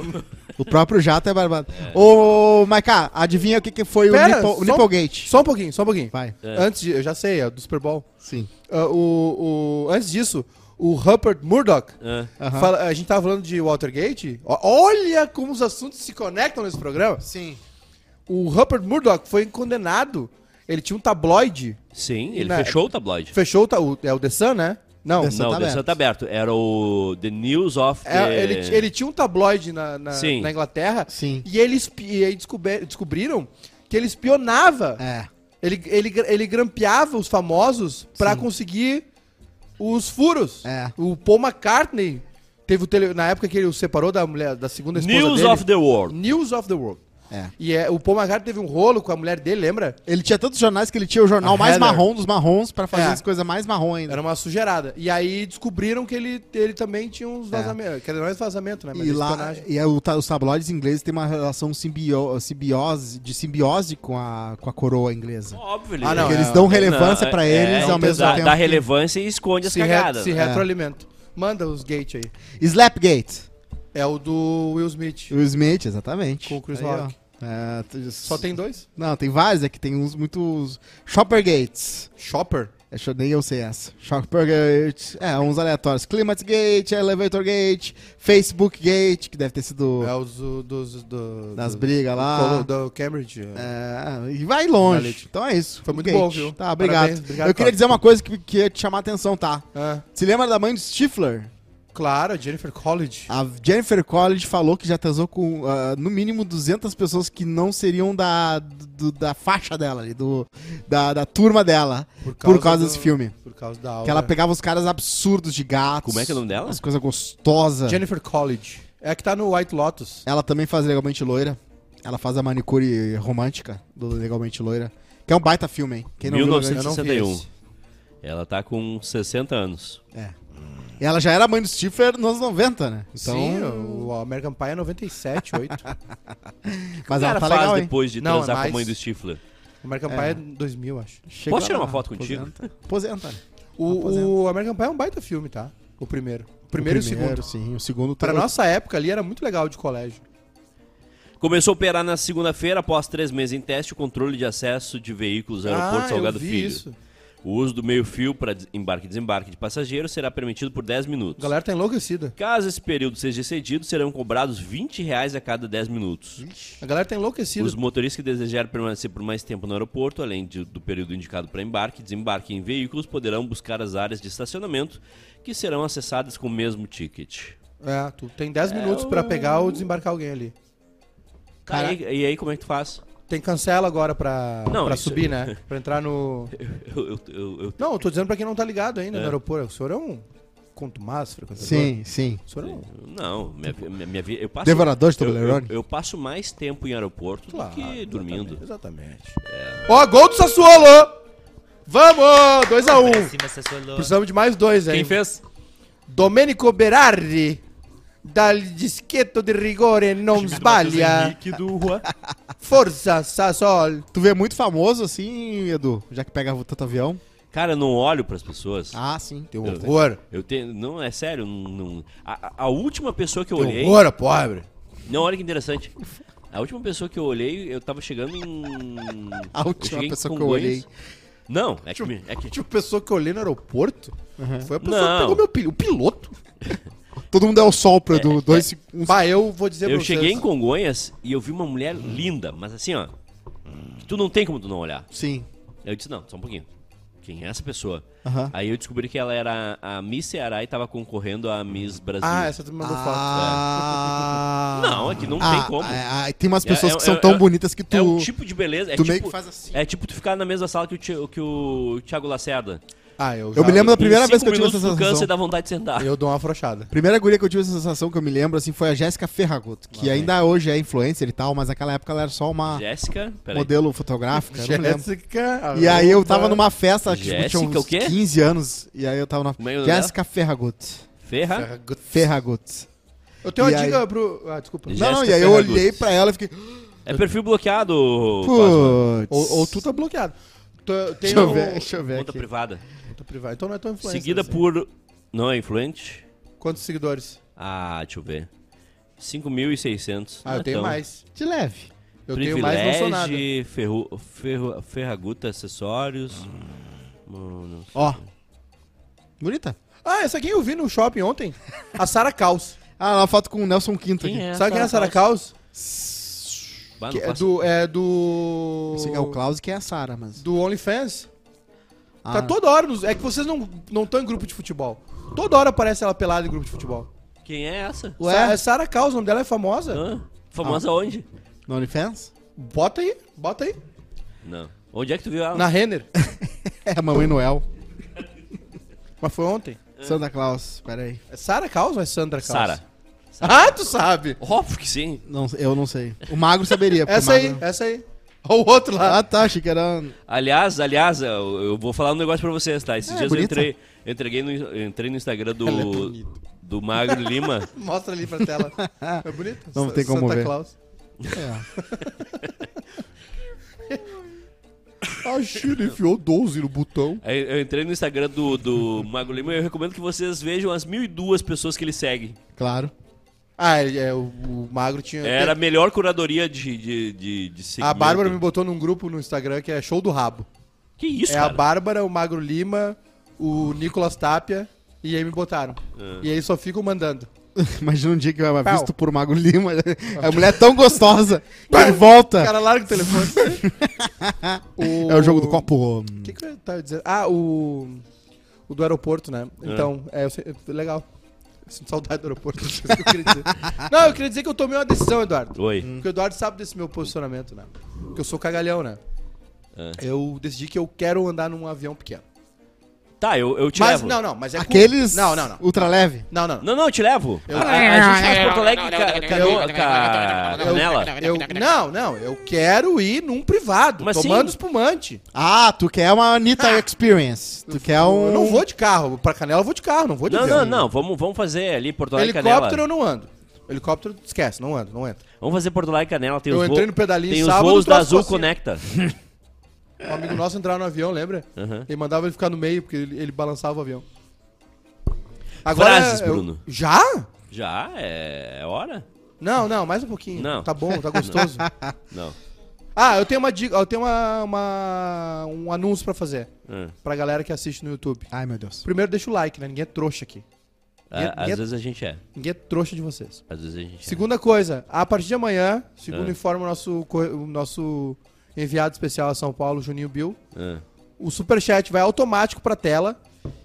S3: O próprio jato é barbado. Ô, Maiká, adivinha o que, que foi
S2: Pera,
S3: o Nipple,
S2: só-
S3: Nipplegate?
S2: Só um pouquinho, só um pouquinho.
S3: Vai.
S2: Antes de, eu já sei, é do Super Bowl.
S3: Sim.
S2: Ah, o, o- antes disso, o Rupert Murdoch.
S1: É.
S3: Aham.
S2: fala- a gente tava falando de Watergate. O- Olha como os assuntos se conectam nesse programa.
S3: Sim.
S2: O Rupert Murdoch foi condenado. Ele tinha um tabloide.
S1: Sim, ele
S2: Na-
S1: fechou o tabloide.
S2: Fechou o, ta- o- é o The Sun, né? Não.
S3: The Sun.
S1: Não,
S3: tá
S1: o The Sun
S3: aberto.
S1: tá aberto. Era o The News of
S2: É,
S1: the...
S2: ele, ti- ele tinha um tabloide na, na,
S1: Sim.
S2: na Inglaterra.
S3: Sim.
S2: E, ele espi- e aí descobe- descobriram que ele espionava.
S3: É.
S2: Ele, ele, gra- ele grampeava os famosos pra
S3: Sim.
S2: conseguir os furos.
S3: É.
S2: O Paul McCartney teve o tele, na época que ele o separou da mulher da segunda esposa
S1: News
S2: dele.
S1: of the World.
S2: News of the World.
S3: É.
S2: E é, o Paul McCartney teve um rolo com a mulher dele, lembra?
S3: Ele tinha tantos jornais que ele tinha o jornal
S2: A
S3: mais
S2: Heller.
S3: marrom dos marrons pra fazer
S2: É.
S3: as coisas mais marrom ainda.
S2: Era uma sujeirada. E aí descobriram que ele, ele também tinha uns vazamentos. Quer dizer, não é vazamento, né?
S3: E
S2: é
S3: lá,
S2: espionagem.
S3: e é o ta- os tabloides ingleses têm uma relação simbio- simbiose, de simbiose com a, com a coroa inglesa.
S1: Óbvio, ele...
S2: Ah, não,
S3: Porque
S2: é,
S3: eles dão
S1: Não,
S3: relevância
S1: é-
S3: pra
S1: é,
S3: eles ao
S1: então
S3: mesmo
S1: dá,
S3: tempo.
S1: Dá
S3: que-
S1: relevância e esconde as
S2: Se, re-
S1: cagadas.
S2: se
S3: É.
S1: né?
S2: retroalimenta. Manda os gates aí.
S3: Slapgate.
S2: É o do Will Smith.
S3: O Smith, exatamente.
S2: Com o Chris
S3: Aí, ó.
S2: Rock.
S3: É, tu-
S2: Só tem dois?
S3: Não, tem vários aqui, tem uns muitos. Shoppergates.
S2: Shopper.
S3: Deixa eu nem eu sei essa. Shoppergate. É, uns aleatórios. Climategate, Elevatorgate, Facebookgate, que deve ter sido
S2: É os do- dos. do-
S3: das
S2: do-
S3: brigas Tá lá.
S2: Do, do Cambridge. É.
S3: É, e vai longe.
S2: Valeu.
S3: Então é isso.
S2: Foi muito
S3: Gate.
S2: bom, viu?
S3: Tá, obrigado.
S2: Parabéns, obrigado,
S3: eu queria
S2: Fábio.
S3: dizer uma coisa que, que ia te chamar a atenção, tá?
S2: Ah,
S3: Se lembra da mãe do Stifler?
S2: claro, Jennifer College.
S3: A Jennifer College falou que já transou com ah, no mínimo 200 pessoas que não seriam da, do- da faixa dela, ali, do, da, da turma dela, por causa, desse
S2: do-
S3: filme.
S2: Por causa da aula.
S3: Que ela pegava os caras absurdos de gatos.
S1: Como é que é o nome dela?
S3: As coisas gostosas.
S2: Jennifer College. É a que tá no White Lotus.
S3: Ela também faz Legalmente Loira. Ela faz a manicure romântica do Legalmente Loira. Que é um baita filme, hein? Quem não viu Legalmente-
S1: 1961.
S2: Eu não vi
S1: Ela tá com 60 anos.
S3: E ela já era mãe do Stifler nos anos 90, né? Então,
S2: Sim, o American Pie é 97, 8.
S1: o
S3: mas ela
S1: cara
S3: tá
S1: faz
S3: legal, hein?
S1: depois de
S2: Não, é
S1: transar com a
S2: mais.
S1: mãe do Stifler?
S2: American Pie é 2000, acho.
S3: Chega
S1: Posso tirar
S3: lá,
S1: uma foto contigo?
S3: Aposenta, aposenta né?
S2: O, o American Pie é um baita filme, tá? O primeiro. O primeiro, e o segundo.
S3: Sim, o segundo
S2: Pra
S3: tá-
S2: nossa época ali era muito legal de colégio.
S1: Começou a operar na segunda-feira, após três meses em teste, o controle de acesso de veículos no aeroporto
S2: Ah, eu
S1: Salgado
S2: vi
S1: Filho.
S2: isso.
S1: O uso do meio-fio para des- embarque e desembarque de passageiros será permitido por 10
S2: A
S1: minutos.
S2: galera tá enlouquecida.
S1: Caso esse período seja excedido, serão cobrados 20 reais a cada 10 minutos.
S2: A galera tá enlouquecida.
S1: Os motoristas que desejarem permanecer por mais tempo no aeroporto, além de- do período indicado para embarque e desembarque em veículos, poderão buscar as áreas de estacionamento que serão acessadas com o mesmo ticket. Tá,
S2: É, tu tem 10 minutos pra pegar ou desembarcar alguém ali.
S1: Cara, e, e aí como é que tu faz?
S2: Tem cancela agora pra,
S1: Não,
S2: pra
S1: isso- é-
S2: subir, né? Pra entrar no.
S1: Eu, eu- eu- eu-
S2: Não, eu tô dizendo pra quem não tá ligado ainda no aeroporto. O senhor é um contumaz, frequentador?
S3: Sim, sim.
S2: O senhor é um...
S1: não, minha, vi- minha, minha vida. Eu passo,
S3: Devorador de
S1: eu, eu,
S3: Toblerone.
S1: eu passo mais tempo em aeroporto do que dormindo.
S2: Exatamente. Ó, gol do Sassuolo! Vamos! 2x1.
S8: Pra cima, Sassuolo.
S2: Precisamos de mais dois, hein?
S6: Quem fez?
S2: Domenico Berardi. Dal dischetto di rigore non sbaglia.
S6: Henrique do Juan.
S2: Forza Sassol.
S3: Tu vê muito famoso assim, Edu, já que pega tanto avião.
S1: Cara, eu não olho pras pessoas.
S3: Ah, sim.
S2: Tem horror.
S1: Eu tenho. Não, é sério. Não, não- a, a- a última pessoa que eu
S3: Então
S2: Tem
S1: olhei.
S2: horror, pobre.
S1: Não, olha que interessante. A última pessoa que eu olhei, eu tava chegando em.
S3: A última
S1: cheguei em
S3: pessoa que eu
S1: Congonhas.
S3: olhei.
S1: Não, é que. me- É que
S2: Tipo, pessoa que eu olhei no aeroporto
S3: Uhum.
S2: foi a pessoa
S1: Não.
S2: que pegou meu pil- o piloto.
S3: Todo mundo é o sol pra Edu. dois seg- um-
S2: Bah, eu vou dizer
S1: eu
S2: pra
S1: cheguei em
S2: vocês.
S1: Congonhas e eu vi uma mulher linda, mas assim, ó. que Tu não tem como tu não olhar.
S3: Sim.
S1: Eu disse, não, só um pouquinho. quem é essa pessoa?
S3: Aham.
S1: Aí eu descobri que ela era a Miss Ceará e tava concorrendo à Miss Brasil.
S2: Ah, essa tu me mandou foto.
S3: Ah,
S1: Não, é que não
S3: Ah,
S1: tem como. É,
S3: é, é, tem umas pessoas
S1: É, é,
S3: que são
S1: é,
S3: tão
S1: é,
S3: bonitas que tu.
S1: um tipo de beleza. É
S3: tu
S1: tipo,
S3: meio que faz assim.
S1: é tipo tu ficar na mesma sala que o, Thi- que o Thiago Lacerda.
S2: Ah, eu já...
S3: Eu me lembro da
S1: Em
S3: é primeira
S1: cinco
S3: vez que eu tive essa
S1: minutos tu
S3: sensação.
S1: cansa e dá vontade de sentar.
S2: Eu dou uma afrouxada.
S3: Primeira guria que eu tive essa sensação que eu me lembro assim foi a Jéssica Ferraguto, que ainda hoje é influencer e tal, mas naquela época ela era só uma
S1: Jéssica, peraí.
S3: modelo fotográfica, eu não lembro.
S2: Jéssica...
S3: E aí eu tava numa festa, tipo,
S1: Jéssica,
S3: tinha uns
S1: o quê?
S3: 15 anos, e aí eu tava
S1: Como é o nome
S3: na
S1: dela?
S3: Jéssica Ferragut.
S1: Ferra.
S3: Ferragut.
S2: Eu tenho uma
S3: E aí-
S2: dica pro... Ah, desculpa.
S1: Já-
S3: Não, não,
S1: Jéssica
S3: e aí eu
S1: Ferragut.
S3: olhei pra ela e fiquei,
S1: É perfil bloqueado, Cosma.
S3: putz.
S2: Ou, ou tu tá bloqueado. Tu- Tem
S3: Deixa eu
S2: um-
S3: ver, deixa eu ver
S1: Conta
S3: aqui.
S1: privada.
S2: Conta privada. Então não é tão influencer.
S1: Seguida
S2: assim.
S1: por... Não é influente?
S2: Quantos seguidores?
S1: Ah, deixa eu ver. 5.600.
S2: Ah,
S1: não
S2: eu
S1: é
S2: tenho
S1: tão.
S2: mais.
S3: De leve.
S2: Eu tenho mais, não sou nada.
S1: Privilege, ferru, ferru, ferraguta, acessórios.
S3: Uhum.
S1: Mano,
S3: Ó. Bonita.
S2: Ah, essa aqui eu vi no shopping ontem. A Sarah Caos.
S3: Ah, ela foto com o Nelson Quinto
S1: Quem
S3: aqui.
S1: é?
S2: Sabe quem é a Sarah Caos?
S1: Bah, não
S2: Que é
S1: faço-
S2: do... É do...
S3: Não sei quem é o Klaus que é a Sara, mas.
S2: Do OnlyFans. Tá
S3: Ah.
S2: toda hora nos... É que vocês não estão em grupo de futebol. Toda hora aparece ela pelada em grupo de futebol.
S1: Quem é essa?
S2: Ué? Sa é Sarah Caos, o nome dela é famosa.
S1: Hã?
S3: Ah.
S1: Famosa onde?
S3: No OnlyFans?
S2: Bota aí, bota aí.
S1: Não. Onde é que tu viu ela?
S2: Na Renner.
S3: É, Mamãe Noel.
S2: Mas foi ontem.
S3: Santa Claus, peraí.
S2: É Sarah Caos ou é Sandra Caos?
S1: Sara.
S2: Ah, tu sabe.
S1: Óbvio que sim.
S3: Não, eu não sei. O Magro saberia. porque
S2: Essa
S3: o
S2: aí,
S3: Magro-
S2: essa aí. Olha o outro lá.
S3: Ah, tá, achei que era.
S1: Aliás, aliás, eu eu vou falar um negócio pra vocês, tá? Esses
S3: É,
S1: dias eu
S3: bonita.
S1: entrei, entreguei no, entrei no Instagram
S2: Ah, Ela é
S1: do,
S2: bonita.
S1: do Magro Lima.
S2: Mostra ali pra tela. É bonito?
S3: Não tem como
S2: Santa
S3: ver.
S2: Claus.
S3: É. É.
S2: A China enfiou 12 no botão.
S1: Aí Eu entrei no Instagram do, do Magro Lima e eu recomendo que vocês vejam as 1.002 pessoas que ele segue.
S3: Claro.
S2: Ah, ele- é, o, o Magro tinha...
S1: Era a melhor curadoria de, de, de, de
S2: A
S1: segmento.
S2: Bárbara me botou num grupo no Instagram que é Show do Rabo.
S1: Que isso,
S2: É a
S1: cara?
S2: Bárbara, o Magro Lima, o Nicolas Tapia, e aí me botaram.
S1: Ah.
S2: E aí só ficam mandando.
S3: Imagina um dia que vai
S2: Pau.
S3: visto por Mago Lima. A mulher é tão gostosa que ele volta.
S2: O cara larga o telefone.
S3: É o jogo do copo.
S2: O que, que eu tava dizendo? Ah, o. O do aeroporto, né? Então, é, eu sei- é legal. Eu sinto saudade do aeroporto. não sei o que eu queria dizer. Não, eu queria dizer que eu tomei uma decisão, Eduardo.
S1: Oi.
S2: Porque o Eduardo sabe desse meu posicionamento, né? Porque eu sou cagalhão, né?
S1: É.
S2: Eu decidi que eu quero andar num avião pequeno.
S1: Tá, eu, eu te
S2: Mas,
S1: levo.
S2: não, não, mas é. com-
S3: Aqueles.
S2: Não, não, não.
S3: Ultra leve.
S2: Não, não, não.
S1: Não, não, eu te levo. A, a- a gente faz Porto Alegre ca, canoa, ca, canela.
S2: Eu, não, não, eu quero ir num privado,
S1: Mas
S2: tomando
S1: sim.
S2: espumante.
S3: Ah, tu quer uma Anitta Experience. Tu quer um.
S2: Ah. Eu não vou de carro, pra Canela eu vou de carro, não vou de
S1: Não,
S2: avião.
S1: não, não. Vamos, vamos fazer ali Porto Alegre
S2: Helicóptero
S1: Canela.
S2: eu não ando. Helicóptero, esquece, não ando, não entro.
S1: Vamos fazer Porto Alegre Canela. Tem
S2: Eu
S1: os
S2: entrei
S1: voos-
S2: no pedalinho
S1: Tem os
S2: sábado,
S1: voos
S2: um troço
S1: da Azul
S2: assim.
S1: Conecta.
S2: Um amigo nosso entrava no avião, lembra?
S1: Aham.
S2: Ele mandava ele ficar no meio, porque ele, ele balançava o avião. Agora,
S1: Frases,
S2: eu-
S1: Bruno.
S2: Já?
S1: Já? É é hora?
S2: Não, não, mais um pouquinho.
S1: Não.
S2: Tá bom, tá gostoso.
S1: Não.
S2: ah, eu tenho uma dica, eu tenho uma, uma- um anúncio pra fazer.
S1: Ah.
S2: Pra galera que assiste no YouTube.
S3: Ai, meu Deus.
S2: Primeiro deixa o like, né? Ninguém é trouxa aqui.
S1: Ah,
S2: Ninguém-
S1: Às vezes a gente é.
S2: Ninguém é trouxa de vocês.
S1: Às vezes a gente é.
S2: Segunda coisa, a partir de amanhã, segundo
S1: Ah.
S2: informa o nosso, co- o nosso enviado especial a São Paulo, Juninho Bill,
S1: Ah.
S2: o superchat vai automático pra tela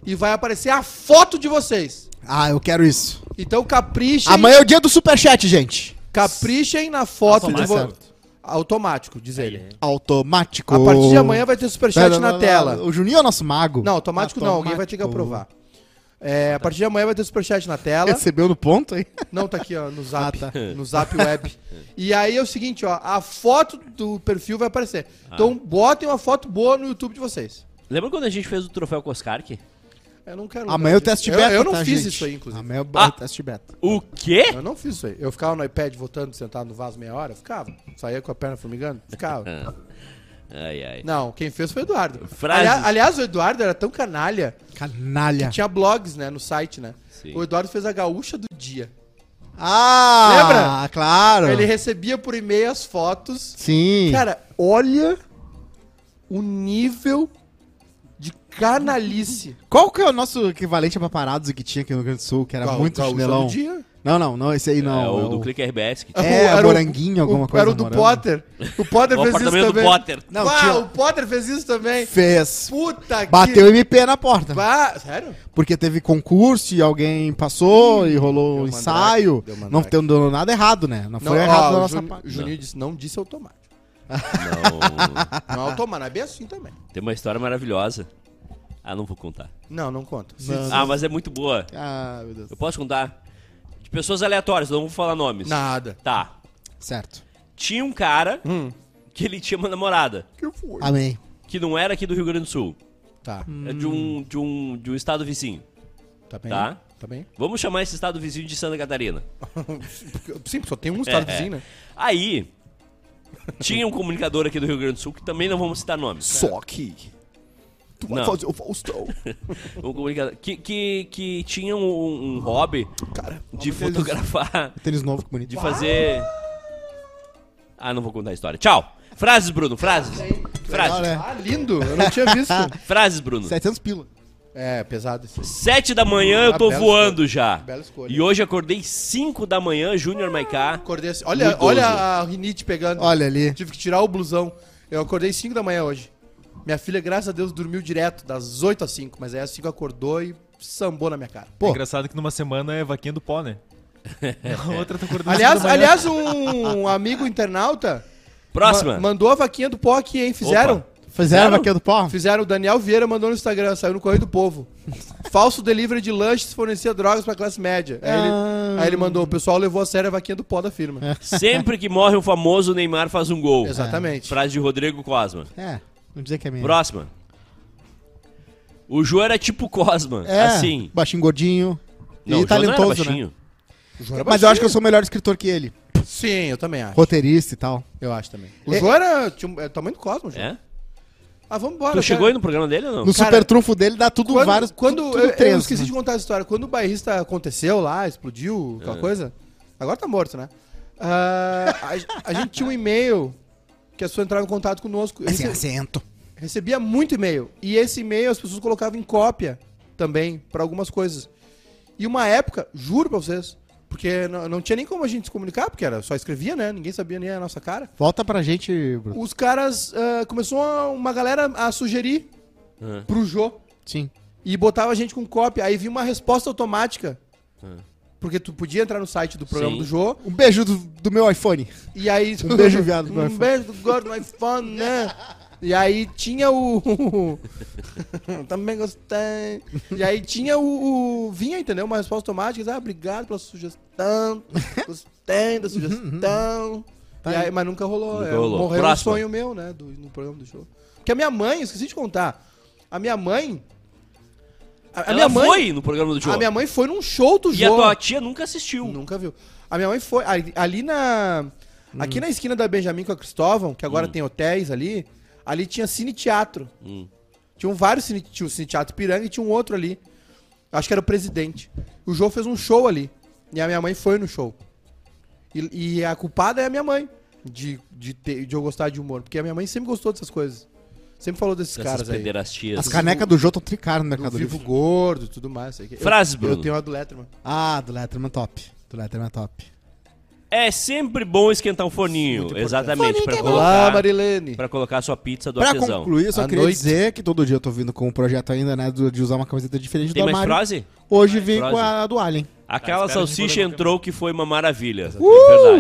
S2: e vai aparecer a foto de vocês.
S3: Ah, eu quero isso.
S2: Então caprichem,
S3: Amanhã é o dia do superchat, gente.
S2: caprichem na foto de
S3: Automático.
S2: vocês. Automático, diz ele.
S1: né?
S3: Automático.
S2: A partir de amanhã vai ter
S3: Não,
S2: superchat
S3: não,
S2: na
S3: não,
S2: tela.
S3: não. O Juninho é o nosso mago.
S2: Não, automático, não, alguém vai ter que aprovar. É, a partir de amanhã vai ter superchat na tela.
S3: Recebeu no ponto aí?
S2: Não, tá aqui, ó,
S3: Ah,
S2: no zap. No zap web. E aí é o seguinte, ó, a foto do perfil vai aparecer.
S1: Ah.
S2: Então botem uma foto boa no YouTube de vocês.
S1: Lembra quando a gente fez o troféu Coscarque?
S2: Eu não quero.
S3: Amanhã é o teste
S2: eu,
S3: beta.
S2: Eu não
S3: tá,
S2: fiz
S3: gente?
S2: isso aí, inclusive.
S3: Amanhã é o
S1: Ah.
S3: teste beta.
S1: O quê?
S2: Eu não fiz isso aí. Eu ficava no iPad votando, sentado no vaso meia hora, eu ficava. Saía com a perna formigando, ficava.
S1: Ai, ai.
S2: Não, quem fez foi o Eduardo.
S1: Frases.
S2: Aliás, aliás, o Eduardo era tão canalha.
S3: Canalha.
S2: Tinha blogs, né, no site, né?
S1: Sim.
S2: O Eduardo fez a gaúcha do dia.
S3: Ah! Lembra? Claro.
S2: Ele recebia por e-mail as fotos
S3: Sim.
S2: Cara, olha o nível de canalice.
S3: Qual que é o nosso equivalente a paparados que tinha aqui no Rio Grande do Sul, que era
S2: Ga-
S3: muito
S2: gaúcha
S3: chinelão?
S2: do dia.
S3: Não, não, não, esse aí não.
S1: é o
S3: é
S1: do Clique RBS que
S3: É,
S2: Pô, era o-
S3: moranguinho, alguma
S2: o-
S3: coisa,
S2: Era o do
S3: morango.
S2: Potter. O Potter
S1: O
S2: fez isso
S1: apartamento do
S2: também.
S1: Potter.
S3: Não,
S2: Ah,
S3: tinha-
S2: o Potter fez isso também.
S3: Fez.
S2: Puta
S3: Bateu
S2: que...
S3: MP na porta.
S2: Bah, sério?
S3: Porque teve concurso e alguém passou e rolou um
S2: mandrake,
S3: ensaio.
S2: deu
S3: Não
S2: mandrake.
S3: teve deu nada errado, né? Não foi
S2: ó,
S3: errado da
S2: o
S3: nossa
S2: Juni-
S3: parte.
S2: Juninho disse, não disse automático.
S1: não.
S2: Não é automático, é bem assim também.
S1: Tem uma história maravilhosa. Ah, não vou contar.
S2: Não, não conta. Se-
S1: Ah, mas é muito boa.
S3: Ah, meu Deus.
S1: Eu posso contar? De pessoas aleatórias, não vou falar nomes.
S2: Nada.
S1: Tá.
S3: Certo.
S1: Tinha um cara que ele tinha uma namorada,
S2: que foi?
S3: Amém.
S1: que não era aqui do Rio Grande do Sul.
S2: Ah, Tá,
S1: É de um, de um, de um estado vizinho.
S2: tá bem.
S1: Tá.
S2: Tá bem.
S1: Vamos chamar esse estado vizinho de Santa Catarina.
S2: Porque- Sim, só tem um estado
S1: É, é.
S2: vizinho, né?
S1: Aí, tinha um comunicador aqui do Rio Grande do Sul, que também não vamos citar nomes.
S2: Só que... Tu
S1: Não.
S2: o Faustão.
S1: Um comunicador que, que, que tinha um, um hobby
S2: Cara,
S1: de fotografar,
S3: Tênis novo, que bonito.
S1: de fazer... Ah, não vou contar a história. Tchau. Frases, Bruno, frases. Frases,
S3: Olha,
S2: Ah, lindo. Eu não tinha visto.
S1: frases Bruno.
S3: 700 né? pila.
S2: é, pesado esse.
S1: Sete da manhã eu
S2: Ah,
S1: tô
S2: bela
S1: voando já.
S2: Bela escolha.
S1: E hoje acordei cinco da manhã, Júnior Maiká.
S2: Acordei assim. Olha,
S1: Muito
S2: olha
S1: uso.
S2: a rinite pegando.
S3: Olha ali.
S2: Tive que tirar o blusão. Eu acordei 5 da manhã hoje. Minha filha, graças a Deus, dormiu direto, das 8 às 5. Mas aí às 5 acordou e sambou na minha cara.
S6: É engraçado que numa semana é vaquinha do pó, né? Na outra tá acordando
S2: Aliás,
S6: cinco da manhã.
S2: aliás um amigo internauta
S1: Próxima.
S2: ma- mandou a vaquinha do pó aqui, hein? Fizeram?
S1: Opa.
S3: Fizeram
S1: Sério?
S3: a vaquinha é do pau?
S2: Fizeram. O Daniel Vieira mandou no Instagram, saiu no Correio do Povo. Falso delivery de lanches fornecia drogas pra classe média. Aí ele, aí ele mandou, o pessoal levou a sério a vaquinha do pó da firma.
S1: Sempre que morre um famoso, o Neymar faz um gol.
S2: Exatamente.
S1: Frase de Rodrigo Cosma.
S3: É, não dizer que é minha.
S1: Próxima. O João era tipo Cosma.
S3: É,
S1: Assim.
S3: baixinho, gordinho
S1: Não,
S3: e
S1: o João não era
S3: talentoso, né?
S1: baixinho.
S3: Mas eu acho que eu sou melhor escritor que ele.
S2: Sim, eu também acho.
S3: Roteirista e tal.
S2: Eu acho também. O João era, tinha um- é, tamanho do Cosmo, João.
S1: É?
S2: Ah, vamos embora.
S1: Tu chegou
S2: cara.
S1: aí no programa dele ou não?
S3: No
S2: Cara,
S3: super trunfo dele dá tudo
S2: Quando,
S3: vários.
S2: quando
S3: tudo
S2: eu, eu
S3: três,
S2: esqueci
S3: né?
S2: de contar a história. Quando o bairrista aconteceu lá, explodiu,
S1: É.
S2: aquela coisa. Agora tá morto, né? Ah, a, a gente tinha um e-mail que as pessoas entravam em contato conosco. Eu
S3: Sem
S2: rece-
S3: acento.
S2: recebia muito e-mail. E esse e-mail as pessoas colocavam em cópia também, pra algumas coisas. E uma época, juro pra vocês, porque não, não tinha nem como a gente se comunicar, porque era só escrevia, né? Ninguém sabia nem a nossa cara.
S3: Volta pra gente, Bruno.
S2: Os caras. ah, começou uma, uma galera a sugerir
S1: Ah.
S2: pro Jô
S3: Sim.
S2: e botava a gente com cópia. Aí vinha uma resposta automática. Porque tu podia entrar no site do programa
S1: Sim.
S2: do Jô
S3: Um beijo do, do meu iPhone.
S2: e aí.
S3: Um beijo, viado, no
S2: Um
S3: iPhone.
S2: beijo do gordo no iPhone, né? E aí tinha o. Também gostei. E aí tinha o, o- Vinha, entendeu? Uma resposta automática. Ah, obrigado pela sugestão. Gostei da sugestão.
S3: Tá
S2: E aí, mas nunca rolou.
S1: Nunca
S2: é,
S1: rolou.
S2: Morreu
S1: Próxima.
S2: um sonho meu, né? Do, no programa do Jô. Porque a minha mãe, eu esqueci de contar. A minha mãe. A, a
S1: Ela
S2: minha mãe.
S1: foi no programa do João.
S2: A minha mãe foi num show do
S1: E a
S2: Jô.
S1: tua tia nunca assistiu.
S2: Nunca viu. A minha mãe foi. Ali, ali na. Aqui na esquina da Benjamin com a Cristóvão, que agora tem hotéis ali, ali tinha cine teatro.
S1: Hum.
S2: Tinham vários cine, tinha o cine teatro Piranga e tinha um outro ali. Acho que era o presidente. O João fez um show ali. E a minha mãe foi no show. E, e a culpada é a minha mãe de, de, ter- de eu gostar de humor. Porque a minha mãe sempre gostou dessas coisas. Sempre falou desses
S1: Essas
S2: caras aí.
S1: pederastias.
S3: As canecas do Jô estão tricaram no
S2: Do
S3: Mercado
S2: Vivo
S3: Livre.
S2: Gordo e tudo mais. sei que- eu-
S1: Frases, Bruno.
S2: Eu tenho a do Letterman.
S3: Ah, do Letterman top. Do Letterman top.
S1: É sempre bom esquentar um forninho. Exatamente.
S2: é
S1: Pra
S2: Olá,
S1: colocar,
S2: Marilene.
S1: pra colocar a sua pizza do
S3: Pra
S1: artesão.
S3: concluir, eu só
S2: À
S3: queria
S2: noite.
S3: dizer que todo dia eu tô vindo com um projeto ainda, né? do- De usar uma camiseta diferente
S1: Tem
S3: do
S1: mais
S3: armário.
S1: frase?
S3: Hoje vim
S1: frase?
S3: com a do Alien.
S1: Aquela
S6: espero que
S1: salsicha
S6: respondam
S2: um
S1: entrou que foi uma maravilha. É Verdade.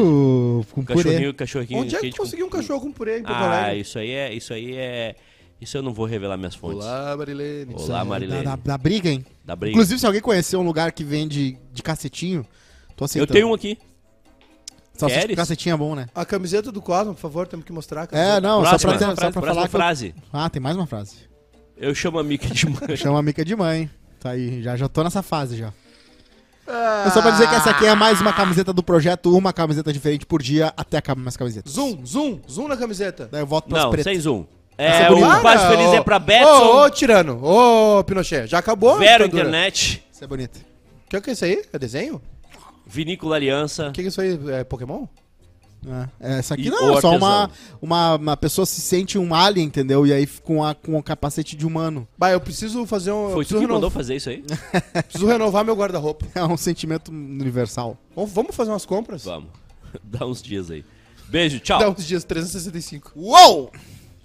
S1: Um
S3: Uh! Com purê.
S1: Cachorrinho, um cachorrinho.
S2: Onde é que
S1: quente
S2: tu
S1: com-
S2: conseguiu um cachorro com purê em Porto
S1: Ah,
S2: Alegre?
S1: isso aí é. Isso aí é. Isso eu não vou revelar minhas fontes.
S2: Olá, é Marilene.
S1: Olá
S3: Da,
S1: Marilene.
S3: da, da briga, hein?
S1: Da briga.
S3: Inclusive, se alguém conhecer um lugar que vende de cacetinho, tô
S1: eu
S3: aceitando.
S1: tenho um aqui.
S3: Salsicha
S1: Queres?
S3: de cacetinho é bom, né?
S2: A camiseta do Cosmo, por favor, temos que mostrar. a camiseta.
S3: É, não,
S1: Próxima,
S3: só pra, dizer- só
S1: frase,
S3: pra
S1: próxima
S3: falar que eu-
S1: frase.
S3: Ah, tem mais uma frase.
S1: Eu... chamo a Mica de mancha.
S3: Chama a mica de mãe. Tá aí, já, já tô nessa fase já. É só pra dizer que essa aqui é mais uma camiseta do projeto, uma camiseta diferente por dia, até acabar minhas camisetas.
S2: Zoom, zoom, zoom na camiseta.
S3: Daí eu volto pras
S1: Não,
S3: pretas.
S1: sem zoom. É,
S3: Essa
S1: o
S3: é bonita.
S1: Quase Feliz é pra
S2: Ô,
S1: Betson,
S2: ô, Tirano. Ô, Pinochet, já acabou? a
S1: Vero
S2: ditadura?
S1: Internet,
S3: Isso é bonito.
S2: O que, que é isso aí? É desenho?
S1: Vinícola Aliança.
S2: O que, que é isso aí? É Pokémon?
S3: É, essa aqui
S1: E
S3: não,
S1: o
S3: é só
S1: artesão.
S3: uma, uma, uma pessoa se sente um alien, entendeu? E aí fica com, a, com o capacete de humano.
S2: Bah, eu preciso fazer um. eu
S1: Foi tu
S2: preciso,
S1: que
S2: reno-
S1: mandou fazer isso aí?
S2: preciso renovar meu guarda-roupa.
S3: É um sentimento universal.
S2: Vamos, vamos fazer umas compras?
S1: Vamos. Dá uns dias aí. Beijo, tchau.
S2: Dá uns dias 365.
S3: Uou!